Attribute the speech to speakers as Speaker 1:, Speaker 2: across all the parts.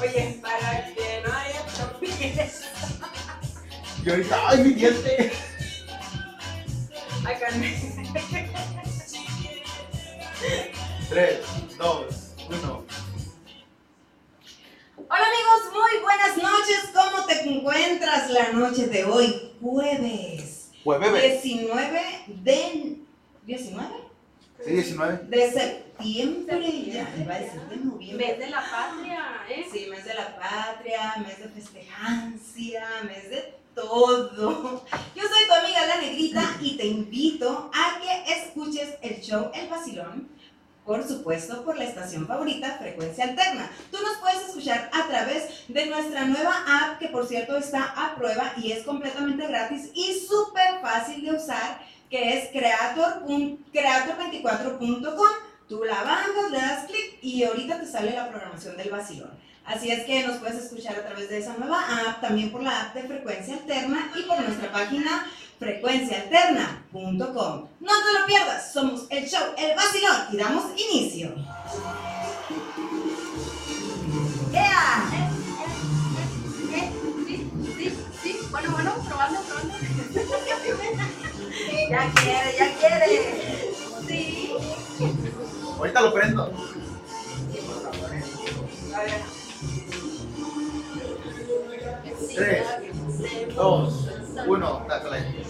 Speaker 1: Oye, para que no haya tropiezos.
Speaker 2: Y ahorita, ¡ay, mi diente!
Speaker 1: Acá no.
Speaker 2: 3, 2, 1.
Speaker 1: Hola amigos, muy buenas noches. ¿Cómo te encuentras la noche de hoy? Jueves
Speaker 2: Pues bebé.
Speaker 1: 19 de... ¿19?
Speaker 2: Sí, 19.
Speaker 1: De septiembre ya. Iba a decir de
Speaker 3: Mes
Speaker 1: noviembre.
Speaker 3: de la patria, ¿eh?
Speaker 1: Sí, mes de la patria, mes de festejancia, mes de todo. Yo soy tu amiga La Negrita y te invito a que escuches el show El Vacilón, por supuesto, por la estación favorita Frecuencia Alterna. Tú nos puedes escuchar a través de nuestra nueva app, que por cierto está a prueba y es completamente gratis y súper fácil de usar, que es creator pun- creator24.com. Tú la bajas, le das clic y ahorita te sale la programación del vacilón. Así es que nos puedes escuchar a través de esa nueva app, también por la app de Frecuencia Alterna y por nuestra página frecuenciaalterna.com. No te lo pierdas, somos el show El Vacilón y damos inicio. ¡Ea!
Speaker 3: Eh, eh, eh, Sí, sí, sí. Bueno, bueno, probando, probando.
Speaker 1: Ya quiere, ya quiere.
Speaker 3: Sí.
Speaker 2: Ahorita lo prendo.
Speaker 1: A ver,
Speaker 3: Sí.
Speaker 2: Tres, Dos, uno, dásele.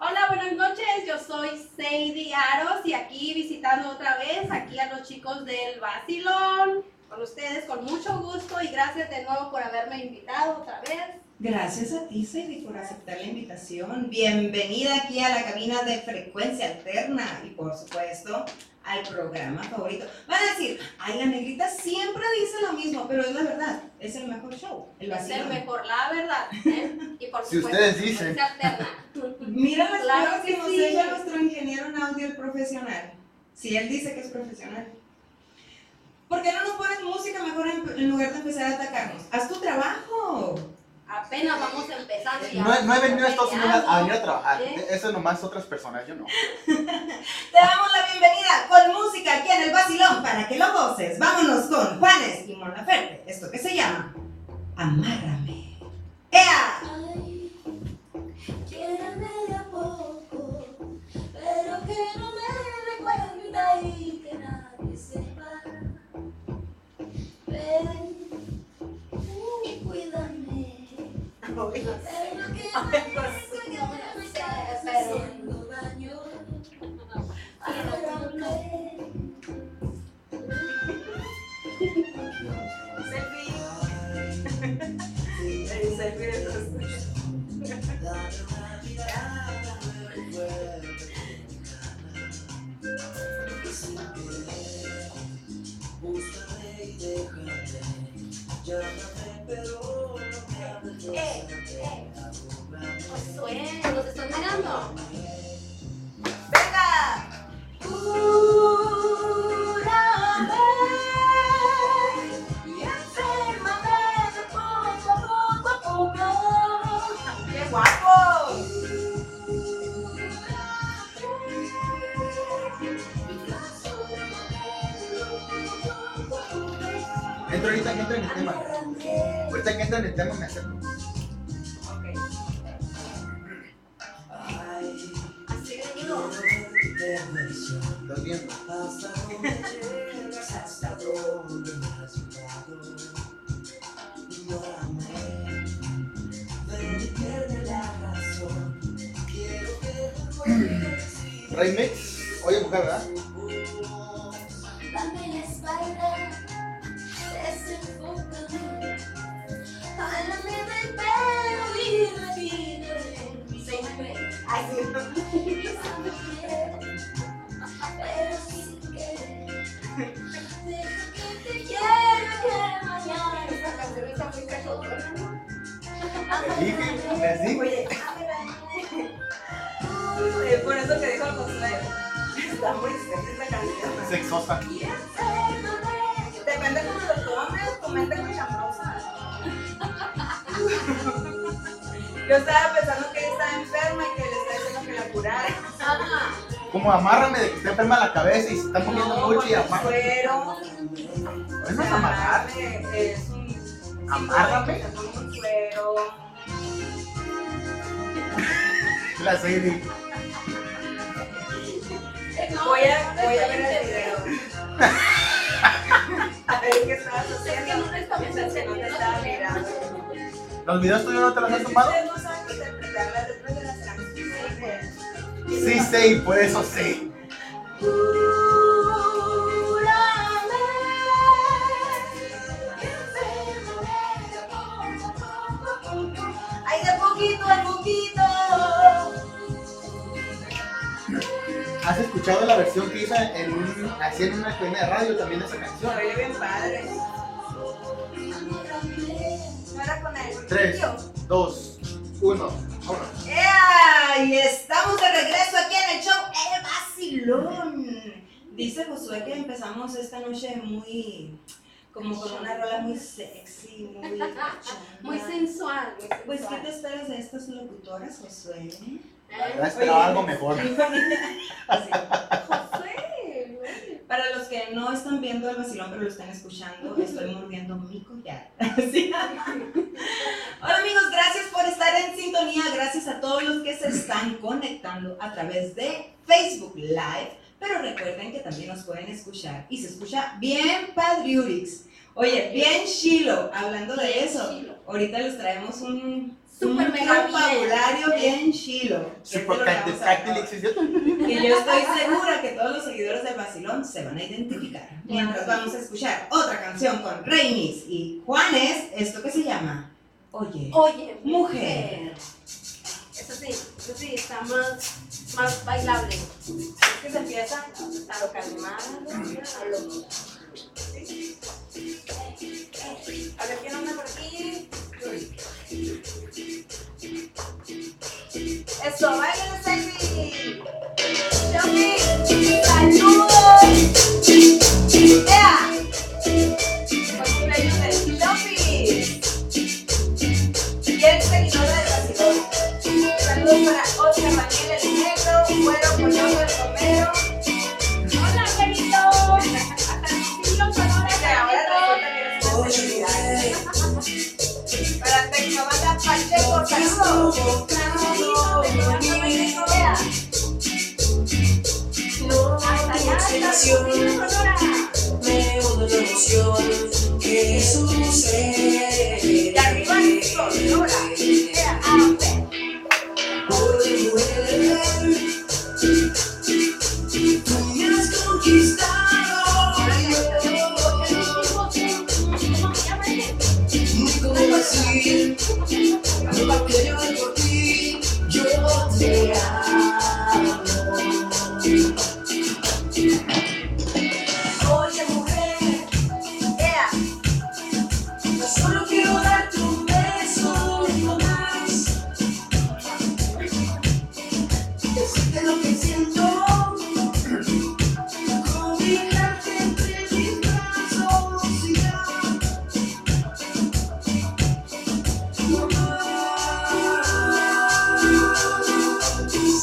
Speaker 3: Hola, buenas noches. Yo soy Sadie Aros y aquí visitando otra vez aquí a los chicos del Basilón. Con ustedes, con mucho gusto y gracias de nuevo por haberme invitado otra vez.
Speaker 1: Gracias a ti, Sadie, por aceptar la invitación. Bienvenida aquí a la cabina de Frecuencia Alterna y, por supuesto, al programa favorito. Van a decir, ay, la negrita siempre dice lo mismo, pero es la verdad, es el mejor show, el
Speaker 3: Es el
Speaker 1: vacilón.
Speaker 3: mejor, la verdad. ¿eh? Y por
Speaker 2: Si
Speaker 3: supuesto,
Speaker 2: ustedes dicen.
Speaker 3: se alterna.
Speaker 1: Mira las
Speaker 3: Claro
Speaker 1: cosas que
Speaker 3: que
Speaker 1: nos
Speaker 3: sí.
Speaker 1: echa nuestro ingeniero en audio el profesional. Si él dice que es profesional. ¿Por qué no nos pones música mejor en, en lugar de empezar a atacarnos? Haz tu trabajo.
Speaker 3: Apenas vamos empezando. y ya
Speaker 2: No, no he venido a Estados Unidos a venir a trabajar.
Speaker 3: ¿Eh?
Speaker 2: Eso nomás otras personas, yo no.
Speaker 1: Te damos la bienvenida con música aquí en el Basilón para que lo goces. Vámonos con Juanes y Mona Ferte. Esto que se llama Amárrame. ¡Ea!
Speaker 4: Ay, quiérame de a poco, pero que no me dé cuenta y que nadie sepa. Ven, y cuídame, pero que no me dé cuenta que me estás haciendo daño. Quiérame,
Speaker 5: Búscame y déjame, llámame pero no me hables, no
Speaker 3: Eh, eh. Josué, ¿nos están mirando?
Speaker 1: ¡Venga!
Speaker 4: Cúrame y enfermame de poco a poco a poco.
Speaker 1: ¡Qué guapo!
Speaker 2: Entro ahorita que entro en el tema. Ahorita que entro en el tema me acerco.
Speaker 5: Ay,
Speaker 3: Así
Speaker 5: quiero
Speaker 3: venido.
Speaker 5: verte beso,
Speaker 2: Estás viendo.
Speaker 5: hasta dónde llegas, hasta dónde me has llevado. Ignórame, ven y pierde la razón. Quiero que recuerdes y
Speaker 2: Remix. Oye, mujer, ¿verdad?
Speaker 4: Dame la espalda, desenfócame, pálame del pelo y retírame mi nombre. Pero sin querer, deja que te lleve mañana.
Speaker 3: Esta canción está muy cachondona, ¿no?
Speaker 2: Les dije, les dije.
Speaker 1: Oye, es Eh, por eso que dijo el Josué. Está muy sexy esa canción.
Speaker 2: Sexosa.
Speaker 1: Depende cómo lo tomes, comenta con chambrosa. Yo estaba pensando que ella estaba enferma y que le estaba diciendo que la curara.
Speaker 3: Ajá.
Speaker 2: Como amárrame de que está enferma la cabeza y se está moviendo
Speaker 3: No,
Speaker 2: mucho y
Speaker 3: pues,
Speaker 2: amárrame.
Speaker 1: Pero
Speaker 2: No es más amarrar.
Speaker 3: Es un.
Speaker 2: Amárrame.
Speaker 3: Se pone un cuero.
Speaker 2: La Sadie.
Speaker 3: Voy a, voy a ver el video. A ver qué estás haciendo. No te estaba mirando.
Speaker 2: ¿Los videos tuyos no te los has tomado?
Speaker 3: no saben interpretar las letras de las canciones.
Speaker 2: Sí, sí, por eso sí.
Speaker 3: Ay, de poquito a poquito.
Speaker 2: ¿Has escuchado la versión que hizo en un, así en una cadena de radio también esa canción?
Speaker 3: Baile bien padre. No era con el
Speaker 2: Tres.
Speaker 3: tío.
Speaker 2: Dos, uno, uno.
Speaker 1: ¡Ea! Y estamos de regreso aquí en el show El Vacilón. Dice Josué que empezamos esta noche muy, como con una rola muy sexy, muy... cachonda.
Speaker 3: Muy sensual. muy
Speaker 1: Pues, ¿qué
Speaker 3: sensual.
Speaker 1: te esperas de estas locutoras, Josué?
Speaker 2: La verdad esperaba algo mejor.
Speaker 3: José, güey.
Speaker 1: Para los que no están viendo el vacilón, pero lo están escuchando, estoy mordiendo mi collar. Sí. Hola amigos, gracias por estar en sintonía. Gracias a todos los que se están conectando a través de Facebook Live. Pero recuerden que también nos pueden escuchar. Y se escucha bien Padriurix. Oye, bien Chilo, hablando de eso. Ahorita les traemos un,
Speaker 3: Super
Speaker 1: un
Speaker 3: mega video.
Speaker 1: vocabulario bien Chilo. que te lo
Speaker 2: Super
Speaker 1: vamos a grabar. Que yo estoy segura que todos los seguidores del Basilón se van a identificar. Mientras vamos a escuchar otra canción con Reynis y Juanes, esto que se llama Oye,
Speaker 3: Oye,
Speaker 1: Mujer.
Speaker 3: Eso sí, eso sí, está más, más bailable. Es que se empieza a lo calmado, a lo. A ver quién anda por aquí. Eso, bailen selfie. Selfie. Saludos. ¡Ea! Fue cumpleaños del Selfie. Y el seguidor del vacilón. Saludos para Oscar Daniel el Negro, Güero Polloso el Romero. Hola, Benito. ahora resulta que eres una celebridad. Para Tecnobanda Pacheco, saludos. Tecnobanda Pacheco, vea. Hasta allá, hasta Benito, Sonora. Y arriba, Benito, Sonora. Vea, ah, vea.
Speaker 5: É, Oye mujer, ea, yo solo quiero darte un beso no más. Decirte lo que siento, cobijarte entre mis brazos y ya. No más.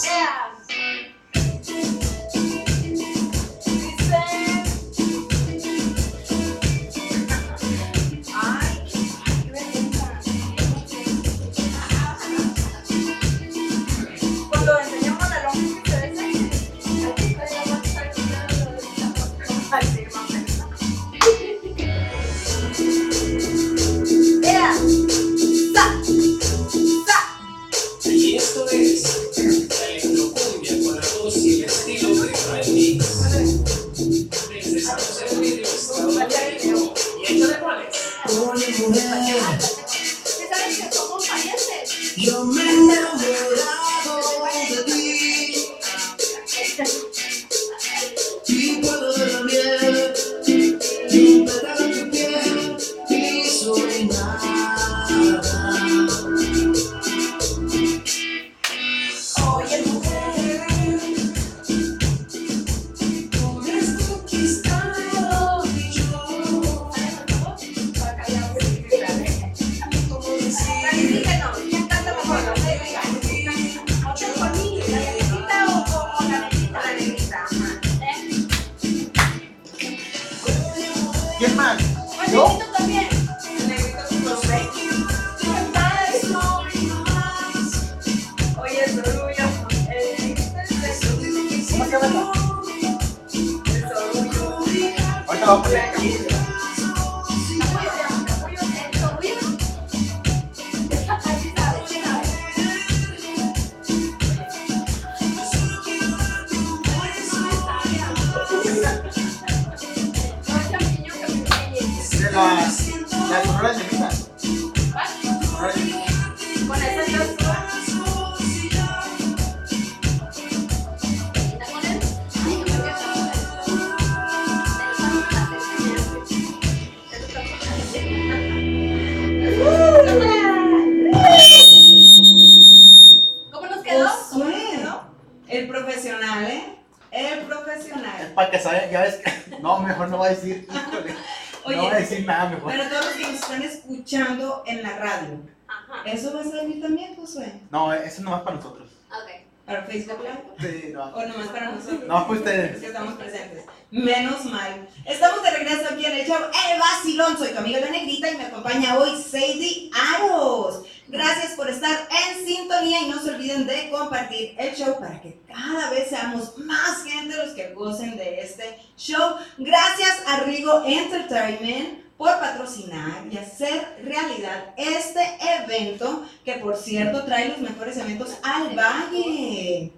Speaker 3: Ea. Cuando enseñamos la lonja que se ve Así, mamá. Ea. Sa. Sa.
Speaker 5: Y esto es la electrocumbia con la voz y el estilo de Remix. Regresamos en vídeo, y esto le pones.
Speaker 3: ¿Qué sabes que somos parientes?
Speaker 5: Yo me he enamorado de ti Y puedo de la miel Y un pedazo de tu piel Y soy nada Oye mujer Tú me has conquistado Y yo
Speaker 3: Para callar, porque, claro,
Speaker 2: top 15. De la, la sonora de Mita. Sonora de Mita.
Speaker 3: ¿Cómo nos quedó? ¿Cómo nos
Speaker 1: Josué,
Speaker 3: quedó?
Speaker 1: El profesional, ¿eh? El profesional.
Speaker 2: Para que saben, ya ves que. No, mejor no voy a decir. híjole, no voy a
Speaker 1: Oye,
Speaker 2: decir nada mejor.
Speaker 1: pero todos los que nos están escuchando en la radio,
Speaker 3: Ajá.
Speaker 1: ¿eso va a salir también, Josué?
Speaker 2: No, eso nomás para nosotros.
Speaker 3: Ok.
Speaker 1: ¿Para Facebook Live?
Speaker 2: Sí, no.
Speaker 1: ¿O nomás para nosotros?
Speaker 2: No, ustedes.
Speaker 1: que estamos presentes. Menos mal. Estamos de regreso aquí en el show El Vacilón. Soy tu amiga La Negrita y me acompaña hoy Sadie Aros. Gracias por estar en sintonía y no se olviden de compartir el show para que cada vez seamos más gente los que gocen de este show. Gracias a Rigo Entertainment por patrocinar y hacer realidad este evento que por cierto trae los mejores eventos al valle.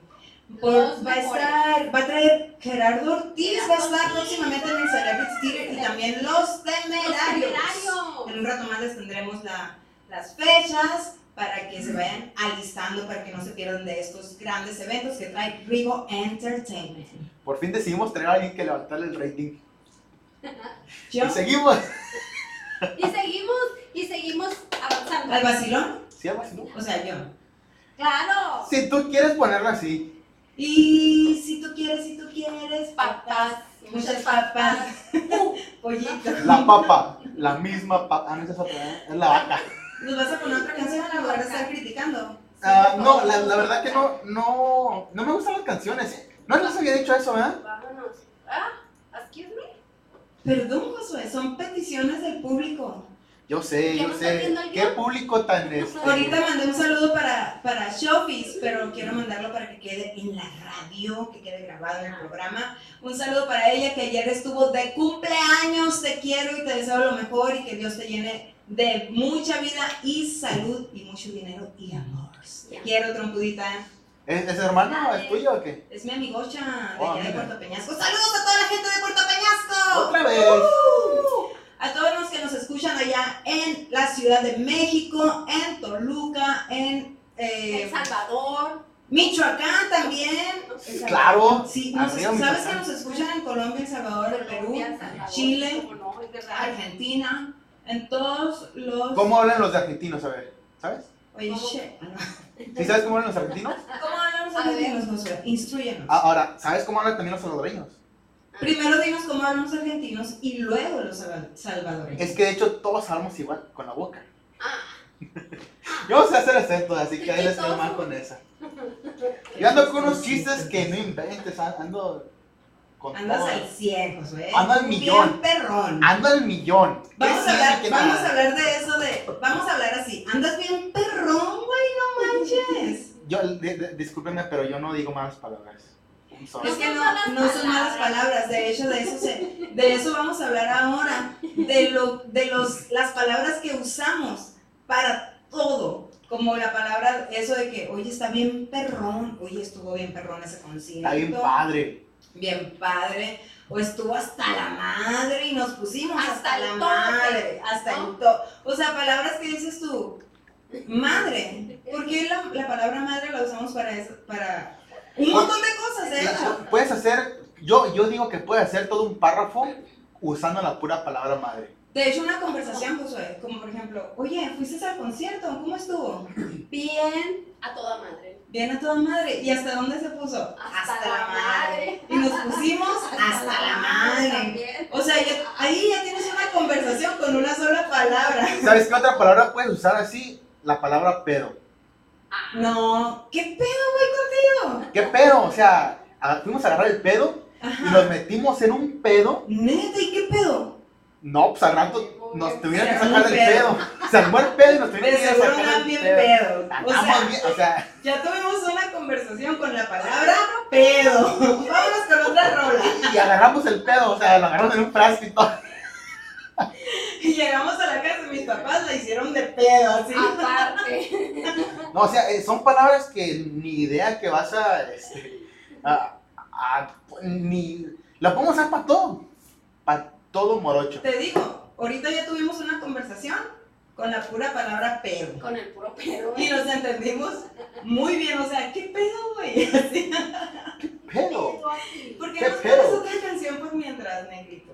Speaker 1: Por-
Speaker 3: Los
Speaker 1: va a
Speaker 3: mejores.
Speaker 1: estar, va a traer Gerardo Ortiz, va a estar
Speaker 3: Gerardo Ortiz.
Speaker 1: próximamente en el Celebrity Theater y también los temerarios. En un rato más les tendremos la- las fechas para que se vayan alistando, para que no se pierdan de estos grandes eventos que trae Rigo Entertainment.
Speaker 2: Por fin decidimos traer a alguien que levantarle el rating.
Speaker 1: Yo,
Speaker 2: Y seguimos.
Speaker 3: Y seguimos, y seguimos avanzando.
Speaker 1: al vacilón,
Speaker 2: ¿Sí, algo así, no?
Speaker 1: o sea, yo.
Speaker 3: Claro.
Speaker 2: Si tú quieres ponerlo así,
Speaker 1: Y si tú quieres, si tú quieres,
Speaker 3: Papás.
Speaker 1: muchas papas, pollito.
Speaker 2: la papa, la misma papa. Ah, no esa es otra, ¿eh? es la vaca.
Speaker 1: ¿Nos vas a poner otra canción en lugar de estar criticando?
Speaker 2: Ah, no, la, la verdad que no, no, no me gustan las canciones. ¿eh? No les había dicho eso, ¿verdad?
Speaker 3: Vámonos. Ah, excuse me.
Speaker 1: Perdón, Josué, son peticiones del público.
Speaker 2: Yo sé,
Speaker 3: ¿Qué
Speaker 2: yo
Speaker 3: no está
Speaker 2: sé.
Speaker 3: viendo el
Speaker 2: Qué
Speaker 3: guión?
Speaker 2: público tan este, es.
Speaker 1: Ahorita mandé un saludo para, para Shofis, pero quiero mandarlo para que quede en la radio, que quede grabado en el programa. Un saludo para ella que ayer estuvo de cumpleaños. Te quiero y te deseo lo mejor y que Dios te llene de mucha vida y salud y mucho dinero y amor. Te quiero, trompudita.
Speaker 2: ¿Es, es hermano? ¿Es tuyo o qué?
Speaker 1: Es mi amigocha de
Speaker 2: Oh,
Speaker 1: allá de
Speaker 2: mira.
Speaker 1: Puerto Peñasco. ¡Saludos a toda la gente de Puerto
Speaker 3: Oh.
Speaker 1: Peñasco!
Speaker 2: Otra vez.
Speaker 1: ¡Uh! A todos los que nos escuchan allá en la Ciudad de México, en Toluca, en eh,
Speaker 3: El Salvador.
Speaker 1: Michoacán también.
Speaker 2: Claro.
Speaker 1: Sí, nos-
Speaker 2: Arriba,
Speaker 1: sabes que
Speaker 2: Michoacán.
Speaker 1: nos escuchan en Colombia, El Salvador, el Perú,
Speaker 3: Colombia, Salvador,
Speaker 1: Chile,
Speaker 3: cómo no, es verdad.
Speaker 1: Argentina, en todos los...
Speaker 2: ¿Cómo hablan los de argentinos? A ver, ¿sabes?
Speaker 1: Oye,
Speaker 3: ¿Cómo?
Speaker 1: che, ah, no.
Speaker 2: ¿Sí sabes cómo hablan los argentinos?
Speaker 1: ¿Cómo hablamos
Speaker 3: A ver.
Speaker 1: argentinos, Josué? Instruyenos.
Speaker 2: Ah, ahora, ¿sabes cómo hablan también los salvadoreños?
Speaker 1: Primero dinos cómo hablamos argentinos y luego los salva- salvadoreños.
Speaker 2: Es que de hecho todos hablamos igual con la boca.
Speaker 3: Ah,
Speaker 2: Yo sé hacer acento, así que ahí les quedo mal con esa. Yo ando con unos chistes que no inventes, ando con
Speaker 1: Andas
Speaker 2: todo.
Speaker 1: al 100, Josué.
Speaker 2: Ando al
Speaker 1: Bien
Speaker 2: millón.
Speaker 1: perrón.
Speaker 2: Ando al millón. ¿Qué
Speaker 1: Vamos a,
Speaker 2: sí,
Speaker 1: hablar,
Speaker 2: qué
Speaker 1: vamos a
Speaker 2: nada?
Speaker 1: hablar de eso de. Vamos a hablar así. Andas bien perrón, güey, no manches.
Speaker 2: Yo, de- de- discúlpenme, pero yo no digo malas palabras. I'm sorry.
Speaker 1: Es que
Speaker 3: son
Speaker 1: no,
Speaker 3: malas
Speaker 1: no son malas palabras. De hecho, de eso se, de eso vamos a hablar ahora. De lo, de los, las palabras que usamos para todo. Como la palabra, eso de que, oye, está bien perrón. Oye, estuvo bien perrón ese concierto.
Speaker 2: Está bien padre.
Speaker 1: bien padre, o estuvo hasta la madre y nos pusimos hasta,
Speaker 3: Hasta el
Speaker 1: la
Speaker 3: tope,
Speaker 1: madre, hasta
Speaker 3: ¿no?
Speaker 1: el to. O sea, palabras que dices tú, madre, porque la, la palabra madre la usamos para eso, para un montón de cosas, de hecho.
Speaker 2: La- Puedes hacer, yo, yo digo que puedes hacer todo un párrafo usando la pura palabra madre.
Speaker 1: De hecho, una conversación, Josué, como por ejemplo, oye, ¿fuiste al concierto? ¿Cómo estuvo?
Speaker 3: Bien a toda madre.
Speaker 1: Bien a toda madre. ¿Y hasta dónde se puso?
Speaker 3: Hasta la madre.
Speaker 1: Y nos pusimos hasta la madre.
Speaker 3: También.
Speaker 1: O sea, ya- ahí ya tienes una conversación con una sola palabra.
Speaker 2: ¿Sabes qué otra palabra puedes usar así? La palabra pedo.
Speaker 1: No, ¿qué pedo, güey, contigo?
Speaker 2: ¿Qué pedo? O sea, a- fuimos a agarrar el pedo y
Speaker 1: Ajá.
Speaker 2: nos metimos en un pedo.
Speaker 1: Neta, ¿y qué pedo?
Speaker 2: No, pues al rato nos
Speaker 3: tuvimos
Speaker 2: tuvieron que
Speaker 1: Se armó
Speaker 2: sacar del
Speaker 1: el pedo.
Speaker 2: pedo. Se armó el pedo y nos
Speaker 1: De
Speaker 2: tuvieron que
Speaker 1: seguro
Speaker 2: sacar
Speaker 1: andan
Speaker 2: del
Speaker 1: bien
Speaker 2: pedo.
Speaker 1: pedos. O
Speaker 2: Andamos
Speaker 1: sea,
Speaker 2: bien, o sea,
Speaker 1: ya tuvimos una conversación con la palabra pedo. Vámonos con otra rola.
Speaker 2: y agarramos el pedo, o sea, lo agarramos en un frasco y todo.
Speaker 1: Y llegamos a la casa y mis papás la hicieron de pedo, así.
Speaker 2: Ah.
Speaker 3: Aparte.
Speaker 2: No, o sea, eh, son palabras que ni idea que vas a, este, a- a- ni, la podemos usar para todo, para todo morocho.
Speaker 1: Te digo, ahorita ya tuvimos una conversación con la pura palabra pedo.
Speaker 3: Con el puro pedo.
Speaker 1: Y nos entendimos muy bien, o sea, ¿qué pedo, güey? Así.
Speaker 2: Pedo.
Speaker 1: ¿Por qué
Speaker 2: ¿Qué
Speaker 1: no
Speaker 2: pedo?
Speaker 1: pones otra canción por mientras, negrito?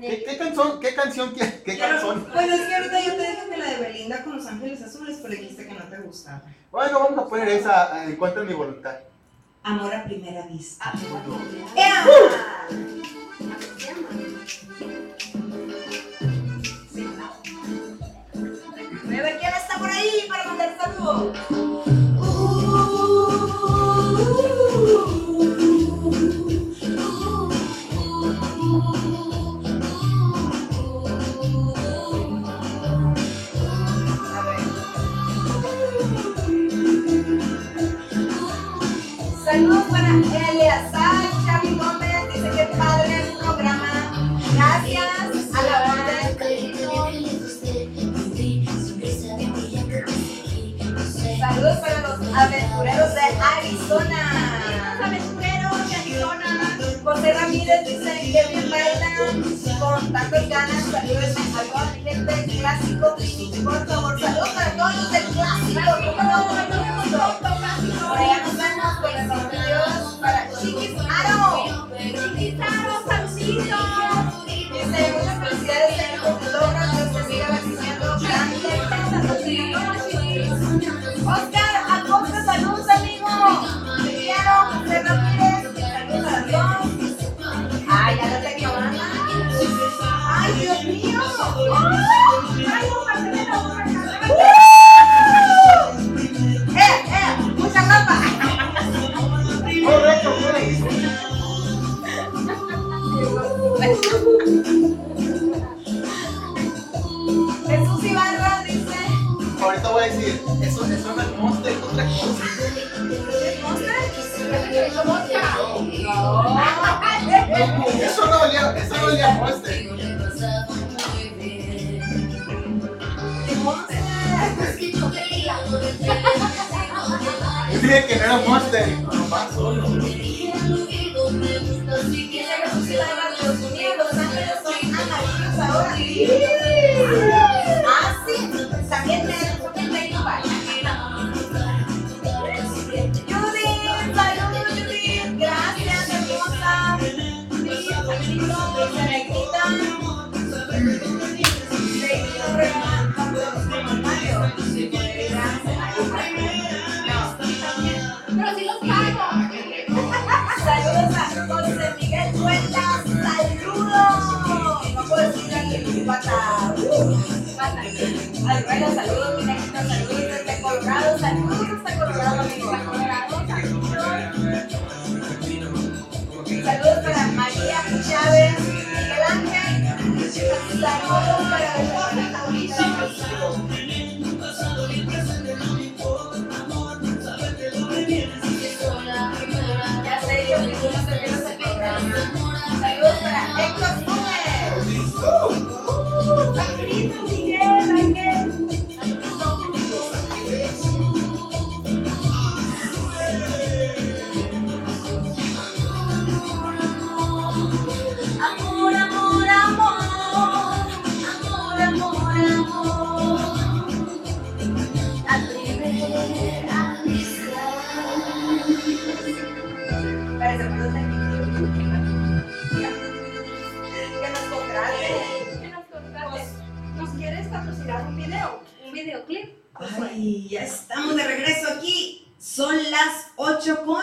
Speaker 2: ¿Qué, qué canción, qué canción, qué, qué
Speaker 1: Quiero-
Speaker 2: canción?
Speaker 1: Pues es que ahorita yo te dije que la de Belinda con Los Ángeles Azules, pero dijiste que no te gustaba.
Speaker 2: Bueno, vamos a poner esa, eh, en contra de mi voluntad.
Speaker 1: Amor a primera vista.
Speaker 3: Ah, ¿cómo se llama?
Speaker 1: ¡Ea!
Speaker 3: ¿Cómo se llama?
Speaker 1: Voy a ver quién está por ahí para mandar saludos. A ver.
Speaker 3: Saludos para Eleazar, Xavi Gómez, dice que padre el programa. Gracias a la banda. Saludos para los aventureros de Arizona. Aventureros de Arizona. José Ramírez dice que bien bailan con tantas ganas. Saludos a toda mi gente del clásico Trinity, por favor. Saludos a todos los del clásico. ¿Cómo no? Todo el mundo. Por allá nos vemos con los saludos para Chiquis Aro. Chiquis Aro, saluditos. Este, Dice muchas felicidades en el computador. Dios te siga bendiciendo. Grande. Oscar, Acosta, saludos amigo. Te quiero, José Ramírez. Saludos a todos. Ay, ya no te quiero Ay, Dios mío. Ay, compárteme la boca, carnal. Eh, eh, mucha ropa.
Speaker 2: Correcto, correcto.
Speaker 3: Jesús Ibarra dice,
Speaker 2: Ahorita voy a decir, eso, eso no es monster, es otra cosa.
Speaker 4: ¡Oh!
Speaker 2: Eso no olía, eso no este. olía a monster. Yo dije que no era este. monster, no va solo.
Speaker 3: Jesús Ibarra, Dios mío, los ángeles son amarillos ahora. Ah, sí, también tenemos un reino Judith, saludos Judith, gracias hermosa. Saludos, Serenita. Leí un regalo a los Mario. Pero si los pago. Saludos a José Miguel Cuentas, saludos. No puedo decir aquí mi pata. Uh, pata. Ay, bueno, saludos, mi negrito, saludos desde Colorado, saludos hasta Colorado, amigo. Hasta Colorado, saludos. Saludos para María Chávez, Miguel Ángel. Saludos para el Jorge Taurino. Ya sé que ninguno se pierde ese programa. Saludos para Héctor Núñez. Saludos, Miguel Ángel.
Speaker 4: Amor, amor, amor, amor, amor, amor. La primera amistad.
Speaker 3: Parece que nos Que nos contrate. Que nos contrate.
Speaker 1: Pues,
Speaker 3: ¿Nos quieres patrocinar un video? ¿Un videoclip?
Speaker 1: Pues, Ay, ya estamos de regreso aquí. Son las 8 con...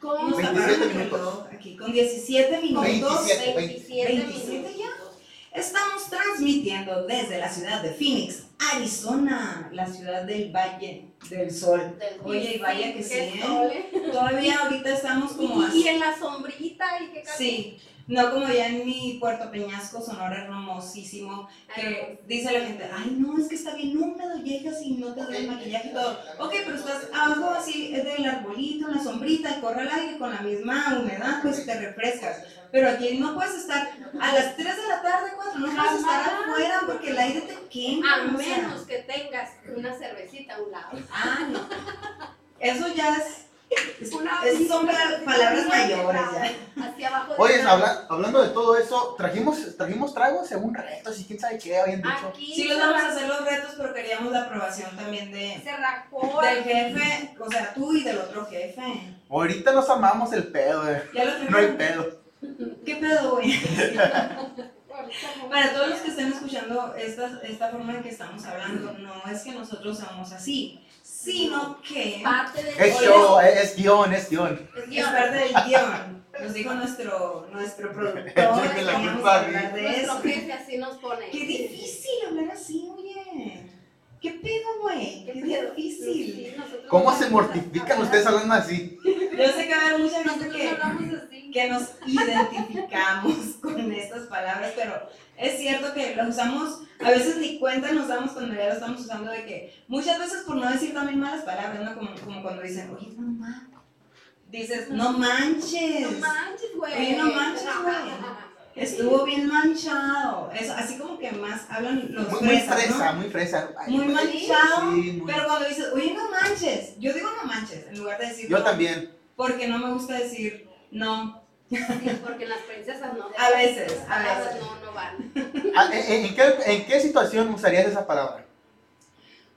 Speaker 3: ¿Cómo?
Speaker 1: Nos
Speaker 2: 27
Speaker 1: taparon el
Speaker 2: minutos.
Speaker 1: reloj Aquí, con 17 minutos.
Speaker 2: 27.
Speaker 1: 27 ya. Estamos transmitiendo desde la ciudad de Phoenix, Arizona, la ciudad del Valle del Sol. Oye, y vaya que sí,
Speaker 3: Qué
Speaker 1: ¿eh?
Speaker 3: sol, ¿eh?
Speaker 1: Todavía ahorita estamos como
Speaker 3: Y
Speaker 1: así.
Speaker 3: en la sombrita y qué
Speaker 1: Sí, No como ya en mi Puerto Peñasco, Sonora hermosísimo, que dice la gente, ay no, es que está bien húmedo, llegas y no te da el maquillaje y todo. Ok, pero estás abajo así del arbolito, en la sombrita, y corre el aire con la misma humedad, pues te refrescas. Pero aquí no puedes estar a las 3 de la tarde, 4, no puedes estar
Speaker 3: Jamás.
Speaker 1: afuera porque el aire te quema.
Speaker 3: A
Speaker 1: o sea.
Speaker 3: menos que tengas una cervecita a un lado.
Speaker 1: Ah, no. Eso ya es. es-
Speaker 3: Una-
Speaker 1: es- son pa- palabras mayores ya.
Speaker 3: Hacia abajo. de
Speaker 2: Oye,
Speaker 3: la-
Speaker 2: habla- hablando de todo eso, trajimos, trajimos tragos según retos y quién sabe qué habían dicho.
Speaker 3: Aquí
Speaker 1: Sí, les vamos a hacer los retos, pero queríamos la aprobación también de,
Speaker 3: se rajó.
Speaker 1: del jefe, o sea, tú y del otro jefe.
Speaker 2: Ahorita nos amamos el pedo, eh.
Speaker 1: Ya lo
Speaker 2: No hay
Speaker 1: tenemos.
Speaker 2: pedo.
Speaker 1: ¿Qué pedo, güey?
Speaker 3: Ahorita no.
Speaker 1: Para todos los que estén escuchando esta, esta forma en que estamos hablando, no es que nosotros seamos así, sino que
Speaker 3: Parte de
Speaker 2: Es show, es, es guión, es guión.
Speaker 3: Es
Speaker 1: es
Speaker 3: guión.
Speaker 1: parte del guión. Nos dijo nuestro, nuestro productor.
Speaker 2: Échame la
Speaker 1: queríamos
Speaker 2: culpa a mí.
Speaker 1: hablar de eso.
Speaker 3: Nuestro jefe así nos pone.
Speaker 1: Qué difícil hablar así, oye. Qué pedo, güey. Qué, difícil.
Speaker 3: Sí, nosotros
Speaker 2: ¿Cómo
Speaker 3: no
Speaker 2: se
Speaker 3: hablamos
Speaker 2: mortifican
Speaker 3: así.
Speaker 2: ustedes hablando así?
Speaker 1: Yo sé que va a haber mucha gente
Speaker 3: Nosotros no
Speaker 1: que,
Speaker 3: hablamos así.
Speaker 1: que nos identificamos con estas palabras, pero es cierto que las usamos, a veces ni cuenta nos damos cuando ya lo estamos usando de que muchas veces por no decir también malas palabras, ¿no? Como, como cuando dicen, oye, no manches. Dices, no manches.
Speaker 3: No manches, güey.
Speaker 1: Oye, no manches, güey. Estuvo bien manchado. Eso, así como que más hablan los
Speaker 2: Muy, muy
Speaker 1: fresas, ¿no?
Speaker 2: fresa, muy fresa. Ay,
Speaker 1: Muy
Speaker 2: güey.
Speaker 1: manchado,
Speaker 2: Sí, muy-
Speaker 1: Pero cuando dices, oye, no manches, yo digo no manches, en lugar de decir
Speaker 2: Yo
Speaker 1: no,
Speaker 2: también.
Speaker 1: porque no me gusta decir no.
Speaker 3: Sí, porque las princesas no.
Speaker 1: A veces, a
Speaker 3: Las
Speaker 1: veces.
Speaker 3: no, no van.
Speaker 2: Ah, ¿En, en- en qué, en qué situación usarías esa palabra?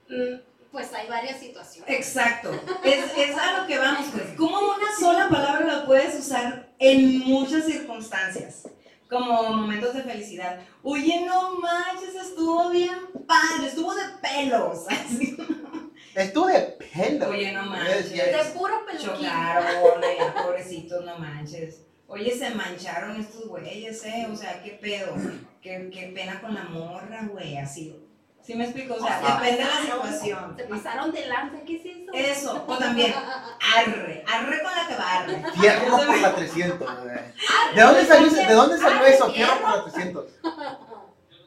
Speaker 3: Mm, Pues hay varias situaciones.
Speaker 1: Exacto, es, es a lo que vamos, pues. ¿Cómo una sola palabra la puedes usar en muchas circunstancias? Como momentos de felicidad. Oye, no manches, estuvo bien padre, estuvo de pelos. Así.
Speaker 2: Estuvo de pelo.
Speaker 1: Oye, no
Speaker 2: Es-
Speaker 1: manches.
Speaker 2: ya
Speaker 3: De
Speaker 2: es-
Speaker 3: puro peluquín.
Speaker 1: Chocaron, ay, pobrecitos, no manches. Oye, se mancharon estos güeyes, ¿eh? O sea, qué pedo. Qué, qué pena con la morra, güey, así. ¿Sí me explico? O sea,
Speaker 2: Ajá.
Speaker 1: depende de la situación.
Speaker 3: Se pasaron de lanza, ¿qué es eso?
Speaker 1: Eso, o también, arre, arre con la que va arre.
Speaker 2: Fierro por la 300. güey. ¿De dónde salió, ese- ¿de dónde salió
Speaker 3: Arre,
Speaker 2: eso?
Speaker 3: fierro.
Speaker 2: Fierro por la 300.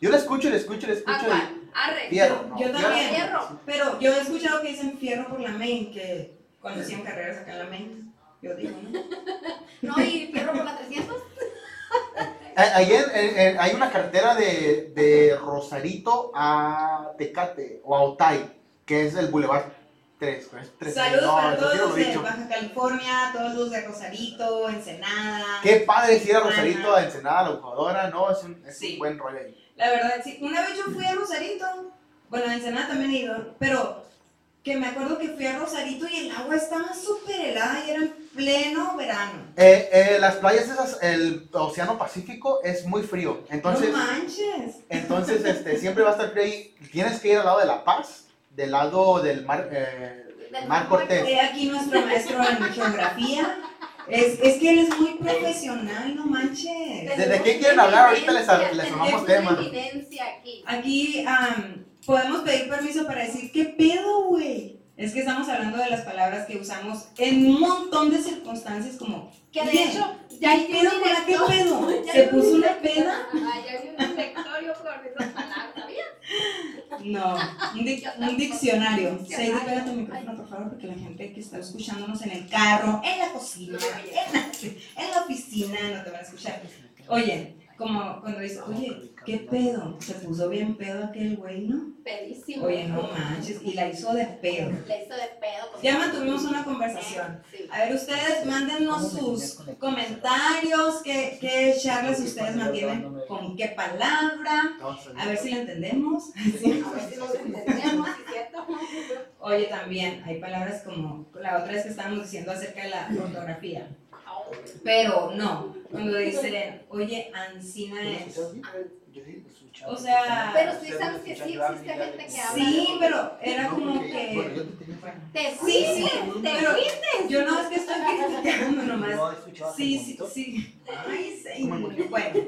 Speaker 2: Yo lo escucho, lo escucho, lo
Speaker 3: ¿A
Speaker 2: escucho. y-
Speaker 3: cuál? Arre.
Speaker 2: Fierro. no,
Speaker 1: Yo
Speaker 2: fierro.
Speaker 1: también.
Speaker 3: Fierro.
Speaker 1: Pero yo he escuchado que dicen fierro por la main, que cuando hacían carreras acá en la main, yo digo, ¿no?
Speaker 3: No, y perro por la 300.
Speaker 2: A- Ayer en- en- hay una carretera de, de Rosarito a Tecate o a Otay, que es el Boulevard 3.
Speaker 1: Saludos para todos los de Baja California, todos los de Rosarito, Ensenada.
Speaker 2: Qué padre si era
Speaker 1: Ajá.
Speaker 2: Rosarito a Ensenada, la jugadora, no, es un, es un
Speaker 1: Sí.
Speaker 2: buen rollo ahí.
Speaker 1: La verdad, sí. Una vez yo fui a Rosarito. Bueno, a Ensenada también he ido. Pero que me acuerdo que fui a Rosarito y el agua estaba súper helada y era en pleno verano.
Speaker 2: Eh, eh, las playas esas, el Océano Pacífico es muy frío, entonces,
Speaker 1: no manches.
Speaker 2: entonces este, siempre va a estar frío ahí. Tienes que ir al lado de La Paz, del lado del mar, eh,
Speaker 3: Del
Speaker 2: mar
Speaker 3: Mar
Speaker 2: Cortés.
Speaker 1: He aquí nuestro maestro en geografía. Es, es que él es muy profesional, no manches.
Speaker 2: ¿Desde
Speaker 3: Tenemos
Speaker 2: qué quieren
Speaker 3: una
Speaker 2: hablar? Ahorita
Speaker 3: evidencia,
Speaker 2: les- les
Speaker 3: tenemos
Speaker 2: armamos tema.
Speaker 3: una evidencia aquí.
Speaker 1: Aquí am, podemos pedir permiso para decir, ¿qué pedo, güey? Es que estamos hablando de las palabras que usamos en un montón de circunstancias como
Speaker 3: Que de
Speaker 1: Bien.
Speaker 3: hecho, ya
Speaker 1: ¿Qué
Speaker 3: hay
Speaker 1: pedo con la que pedo? ¿Se puso una peda?
Speaker 3: Ya vi un directorio con esas palabras, ¿sabías?
Speaker 1: No, un, dic-
Speaker 3: Ya
Speaker 1: un
Speaker 3: está.
Speaker 1: diccionario.
Speaker 3: Diccionario.
Speaker 1: Seidi, pégate el micrófono, por favor, porque la gente que está escuchándonos en el carro, en la cocina,
Speaker 3: No, ya.
Speaker 1: en la, en la oficina, no te van a escuchar. Oye, como cuando dices, oye, ¿qué pedo? Se puso bien pedo aquel güey, ¿no?
Speaker 3: Pedísimo.
Speaker 1: Oye, no manches, y la hizo de pedo.
Speaker 3: Le hizo de pedo. con-
Speaker 1: Ya mantuvimos una conversación.
Speaker 3: Sí.
Speaker 1: A ver, ustedes mándennos sus comentarios, qué, qué charlas ustedes mantienen, con qué palabra, a ver si la entendemos.
Speaker 3: A ver si nos entendemos, ¿sí es ¿cierto?
Speaker 1: Oye, también hay palabras como la otra vez que estábamos diciendo acerca de la ortografía.
Speaker 3: Au,
Speaker 1: Pero no, cuando dicen, oye, Ancina es. O
Speaker 6: O
Speaker 1: sea-
Speaker 6: sea,
Speaker 3: Pero sí sabes que sí existe gente que habla.
Speaker 1: Sí, pero era como que.
Speaker 3: Te
Speaker 1: Sí,
Speaker 3: fuiste,
Speaker 1: sí,
Speaker 3: te
Speaker 1: pero
Speaker 3: fuiste.
Speaker 1: yo no es que estoy criticando nomás. Sí, sí,
Speaker 6: sí.
Speaker 1: sí. Ay, señor. Bueno,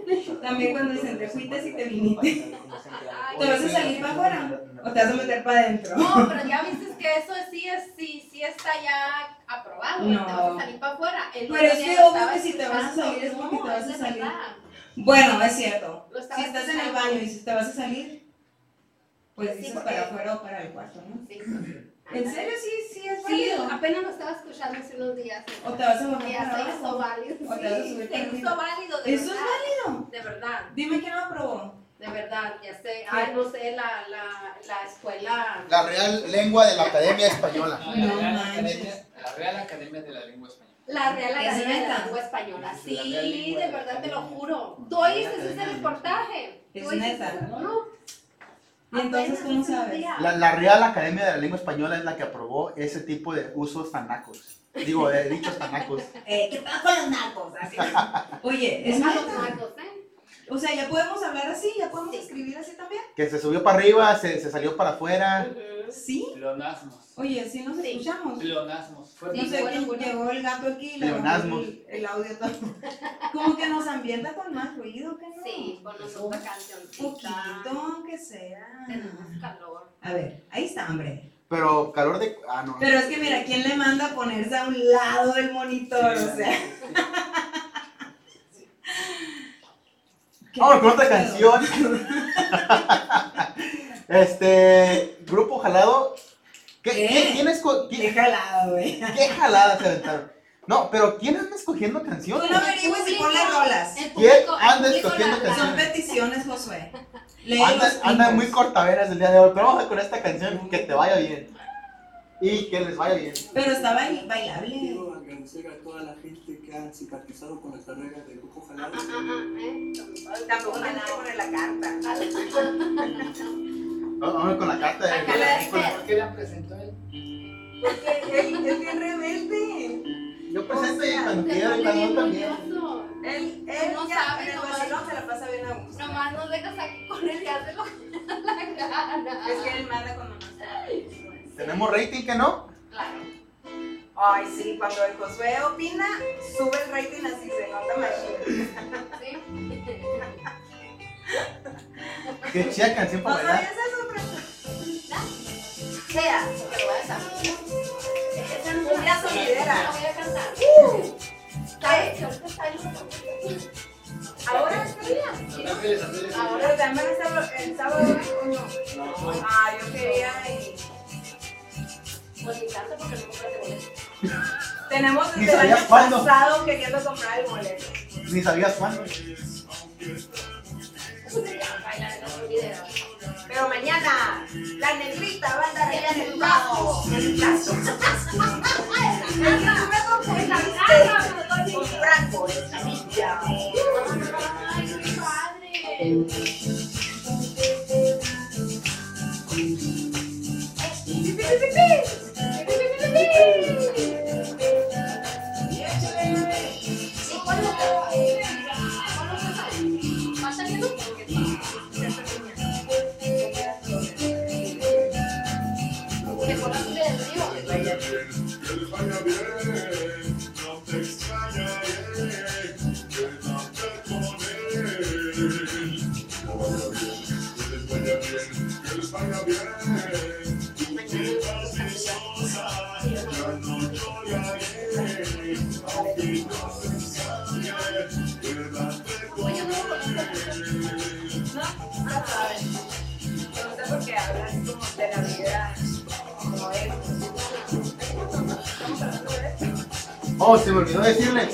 Speaker 1: también cuando dicen, te fuiste y te viniste.
Speaker 6: ¿Te vas a
Speaker 1: salir
Speaker 6: salir
Speaker 1: pa'
Speaker 6: para
Speaker 1: afuera?
Speaker 6: afuera?
Speaker 1: o te vas a meter para adentro.
Speaker 3: No, pero ya viste porque eso sí, es, sí, sí está ya aprobado.
Speaker 1: No.
Speaker 3: No. Te vas a salir para afuera. El
Speaker 1: Pero es
Speaker 3: niño
Speaker 1: que
Speaker 3: lo
Speaker 1: obvio
Speaker 3: estaba
Speaker 1: que si te vas a
Speaker 3: escuchando.
Speaker 1: salir es porque te
Speaker 3: No,
Speaker 1: vas a
Speaker 3: es
Speaker 1: salir.
Speaker 3: verdad.
Speaker 1: Bueno, es cierto.
Speaker 3: Lo estaba
Speaker 1: Si estás en el
Speaker 3: escuchando.
Speaker 1: baño y si te vas a salir, pues
Speaker 3: Sí,
Speaker 1: dices
Speaker 3: porque-
Speaker 1: para afuera o para el cuarto, ¿no?
Speaker 3: Sí.
Speaker 1: ¿En serio? Sí, sí, es
Speaker 3: Sí,
Speaker 1: válido.
Speaker 3: apenas lo estaba escuchando hace unos días.
Speaker 1: O te vas a bajar
Speaker 3: Ya se
Speaker 1: para
Speaker 3: hizo
Speaker 1: abajo.
Speaker 3: válido.
Speaker 1: O te vas a
Speaker 3: sí,
Speaker 1: subir
Speaker 3: se
Speaker 1: para
Speaker 3: hizo
Speaker 1: arriba.
Speaker 3: válido, de
Speaker 1: Eso es
Speaker 3: verdad.
Speaker 1: válido.
Speaker 3: De verdad,
Speaker 1: Dime quién lo aprobó.
Speaker 3: de verdad, ya sé. Ay, no sé, la, la, la escuela.
Speaker 2: La Real Lengua de la Academia Española.
Speaker 1: No
Speaker 5: la, Real
Speaker 1: manches.
Speaker 5: Academia, la Real Academia de la Lengua Española.
Speaker 3: La Real
Speaker 1: ¿Es
Speaker 3: Academia de la
Speaker 1: neta?
Speaker 3: Lengua Española.
Speaker 5: La Real
Speaker 3: Sí,
Speaker 5: Lengua
Speaker 3: de
Speaker 5: de la
Speaker 3: verdad te lo
Speaker 5: Academia.
Speaker 3: juro. Tú
Speaker 5: La Real
Speaker 3: oíste
Speaker 5: Academia
Speaker 3: ese
Speaker 5: de la
Speaker 3: reportaje.
Speaker 1: Es
Speaker 3: Tú oíste
Speaker 1: neta.
Speaker 3: ese- No.
Speaker 1: ¿Y entonces
Speaker 3: Apenas
Speaker 1: cómo
Speaker 3: hace unos
Speaker 1: sabes?
Speaker 3: días.
Speaker 2: La, la Real Academia de la Lengua Española es la que aprobó ese tipo de usos tanacos. Digo, de dichos tanacos.
Speaker 1: Eh, ¿Qué pasa con los narcos? Así. Oye, es
Speaker 3: Es a los
Speaker 1: neta.
Speaker 3: magos, ¿eh?
Speaker 1: O sea, ya podemos hablar así, ya podemos
Speaker 3: Sí.
Speaker 1: escribir así también.
Speaker 2: Que se subió para arriba, se, se salió para afuera.
Speaker 3: Ujú.
Speaker 1: Sí.
Speaker 5: Pleonasmos.
Speaker 1: Oye, sí nos
Speaker 3: Sí.
Speaker 1: escuchamos.
Speaker 5: Pleonasmos. Fue
Speaker 1: No
Speaker 3: Sí,
Speaker 1: sé,
Speaker 3: bueno,
Speaker 1: quién
Speaker 3: bueno.
Speaker 1: llegó el gato aquí y le bajó
Speaker 2: Leonasmo.
Speaker 1: el, el audio todo. Como que nos ambienta con más ruido, que no?
Speaker 3: Sí, con otra canción.
Speaker 1: Poquito, que sea.
Speaker 3: Tenemos calor.
Speaker 1: A ver, ahí está, hombre.
Speaker 2: Pero calor de. Ah, no.
Speaker 1: Pero es que mira, ¿quién le manda a ponerse a un lado del monitor? o sea, ¿qué
Speaker 2: Vamos con otra
Speaker 1: pedo?
Speaker 2: canción. este. Grupo jalado. ¿Qué,
Speaker 1: ¿Qué?
Speaker 2: ¿quién, quién esco- quién-
Speaker 1: Qué jalado, güey.
Speaker 2: qué jalada se aventaron? No, pero ¿quién anda escogiendo
Speaker 1: Tú
Speaker 2: canciones?
Speaker 1: no averigües y pon las rolas.
Speaker 3: El
Speaker 2: ¿Quién
Speaker 3: público- el
Speaker 2: anda
Speaker 3: público
Speaker 2: escogiendo
Speaker 3: la- la-
Speaker 2: canciones?
Speaker 1: Son peticiones, Josué. Lee
Speaker 2: Anda,
Speaker 1: los
Speaker 2: anda
Speaker 1: tipos.
Speaker 2: muy cortaveras el día de hoy, pero vamos a con esta canción que te vaya bien. Y que les vaya bien.
Speaker 1: Pero está bail- bailable.
Speaker 6: Quiero agradecer a toda la gente que ha simpatizado con las carreras del Grupo
Speaker 3: Ajá,
Speaker 6: Jalado.
Speaker 3: ajá, ¿eh? Ojalá.
Speaker 1: la carta.
Speaker 2: Vamos con la carta de.
Speaker 3: Acá la dejé.
Speaker 5: ¿Por qué la presentó él?
Speaker 1: Él es bien rebelde.
Speaker 2: Yo presento y cuando
Speaker 3: Se
Speaker 2: quiera,
Speaker 3: pone
Speaker 2: y cuando no
Speaker 3: bien
Speaker 2: también.
Speaker 3: curioso.
Speaker 1: Él,
Speaker 3: No
Speaker 1: ya
Speaker 3: sabe,
Speaker 1: en el
Speaker 3: nomás.
Speaker 1: vacilón se la pasa bien a gusto.
Speaker 3: Nomás nos dejas aquí con él y hace lo que le da la gana.
Speaker 1: Es que él manda cuando no está.
Speaker 2: Tenemos rating que no.
Speaker 3: Claro.
Speaker 1: Ay, sí, cuando el Josué opina, sube el rating así, se nota más.
Speaker 3: ¿Sí?
Speaker 2: Qué chida canción
Speaker 1: ¿No
Speaker 2: para bailar.
Speaker 1: sabías eso, Fran?
Speaker 3: Sea, te lo voy a cantar. Esa no es
Speaker 1: Una
Speaker 3: la
Speaker 1: sonidera.
Speaker 3: La voy a cantar.
Speaker 1: Uh.
Speaker 3: ¿Sabes que ahorita está el otro?
Speaker 1: Ahora es día.
Speaker 5: Los Ángeles Azules.
Speaker 3: Ahora-
Speaker 1: Pero también el sábado, el sábado ¿o no?
Speaker 5: No,
Speaker 1: Ah, yo quería y...
Speaker 3: Pues ni tanto porque no compraste boleto.
Speaker 1: Tenemos
Speaker 2: Ni
Speaker 1: desde el
Speaker 2: sabías
Speaker 1: año
Speaker 2: cuándo.
Speaker 1: pasado queriendo comprar el boleto.
Speaker 2: Ni sabías cuándo.
Speaker 3: Baila en un video.
Speaker 1: Pero mañana, la negrita va a andar allá en el bajo.
Speaker 3: bajo.
Speaker 1: En el caso.
Speaker 3: Pues la cara, pero todo bien.
Speaker 1: Con Franco, en la villa.
Speaker 3: Ay, qué padre. Sí, ponlo, ponlo, ponlo. Más saliendo porque te pones un dedo arriba.
Speaker 7: Que les vaya bien, no te extrañaré, que no te pondré. Que les vaya bien, que les vaya bien, que les vaya bien, yo no lloraré, aunque no te extrañe, que no te pondré.
Speaker 1: No, no sabes. No sé por qué hablas como de la vida, como él. Estamos hablando de esto.
Speaker 2: Oh, se me olvidó decirle.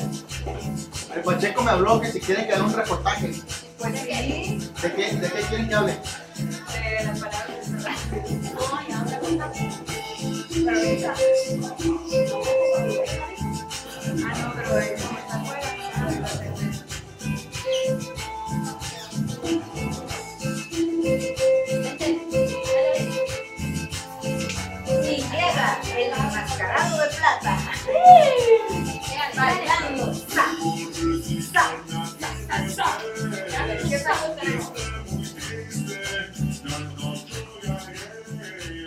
Speaker 2: El Pacheco me habló que si quieren que haga un reportaje. ¿De
Speaker 1: Pues sí,
Speaker 2: qué, de qué quieren que hable?
Speaker 1: de las palabras. ¿verdad?
Speaker 3: No, ya, ahora cuéntame.
Speaker 1: Pero ahorita. Ah, no, pero él como está afuera. ah, entonces,
Speaker 3: Y llega el enmascarado de plata. Bailando. Sa, sa, sa, sa. Ya ves que está buscando.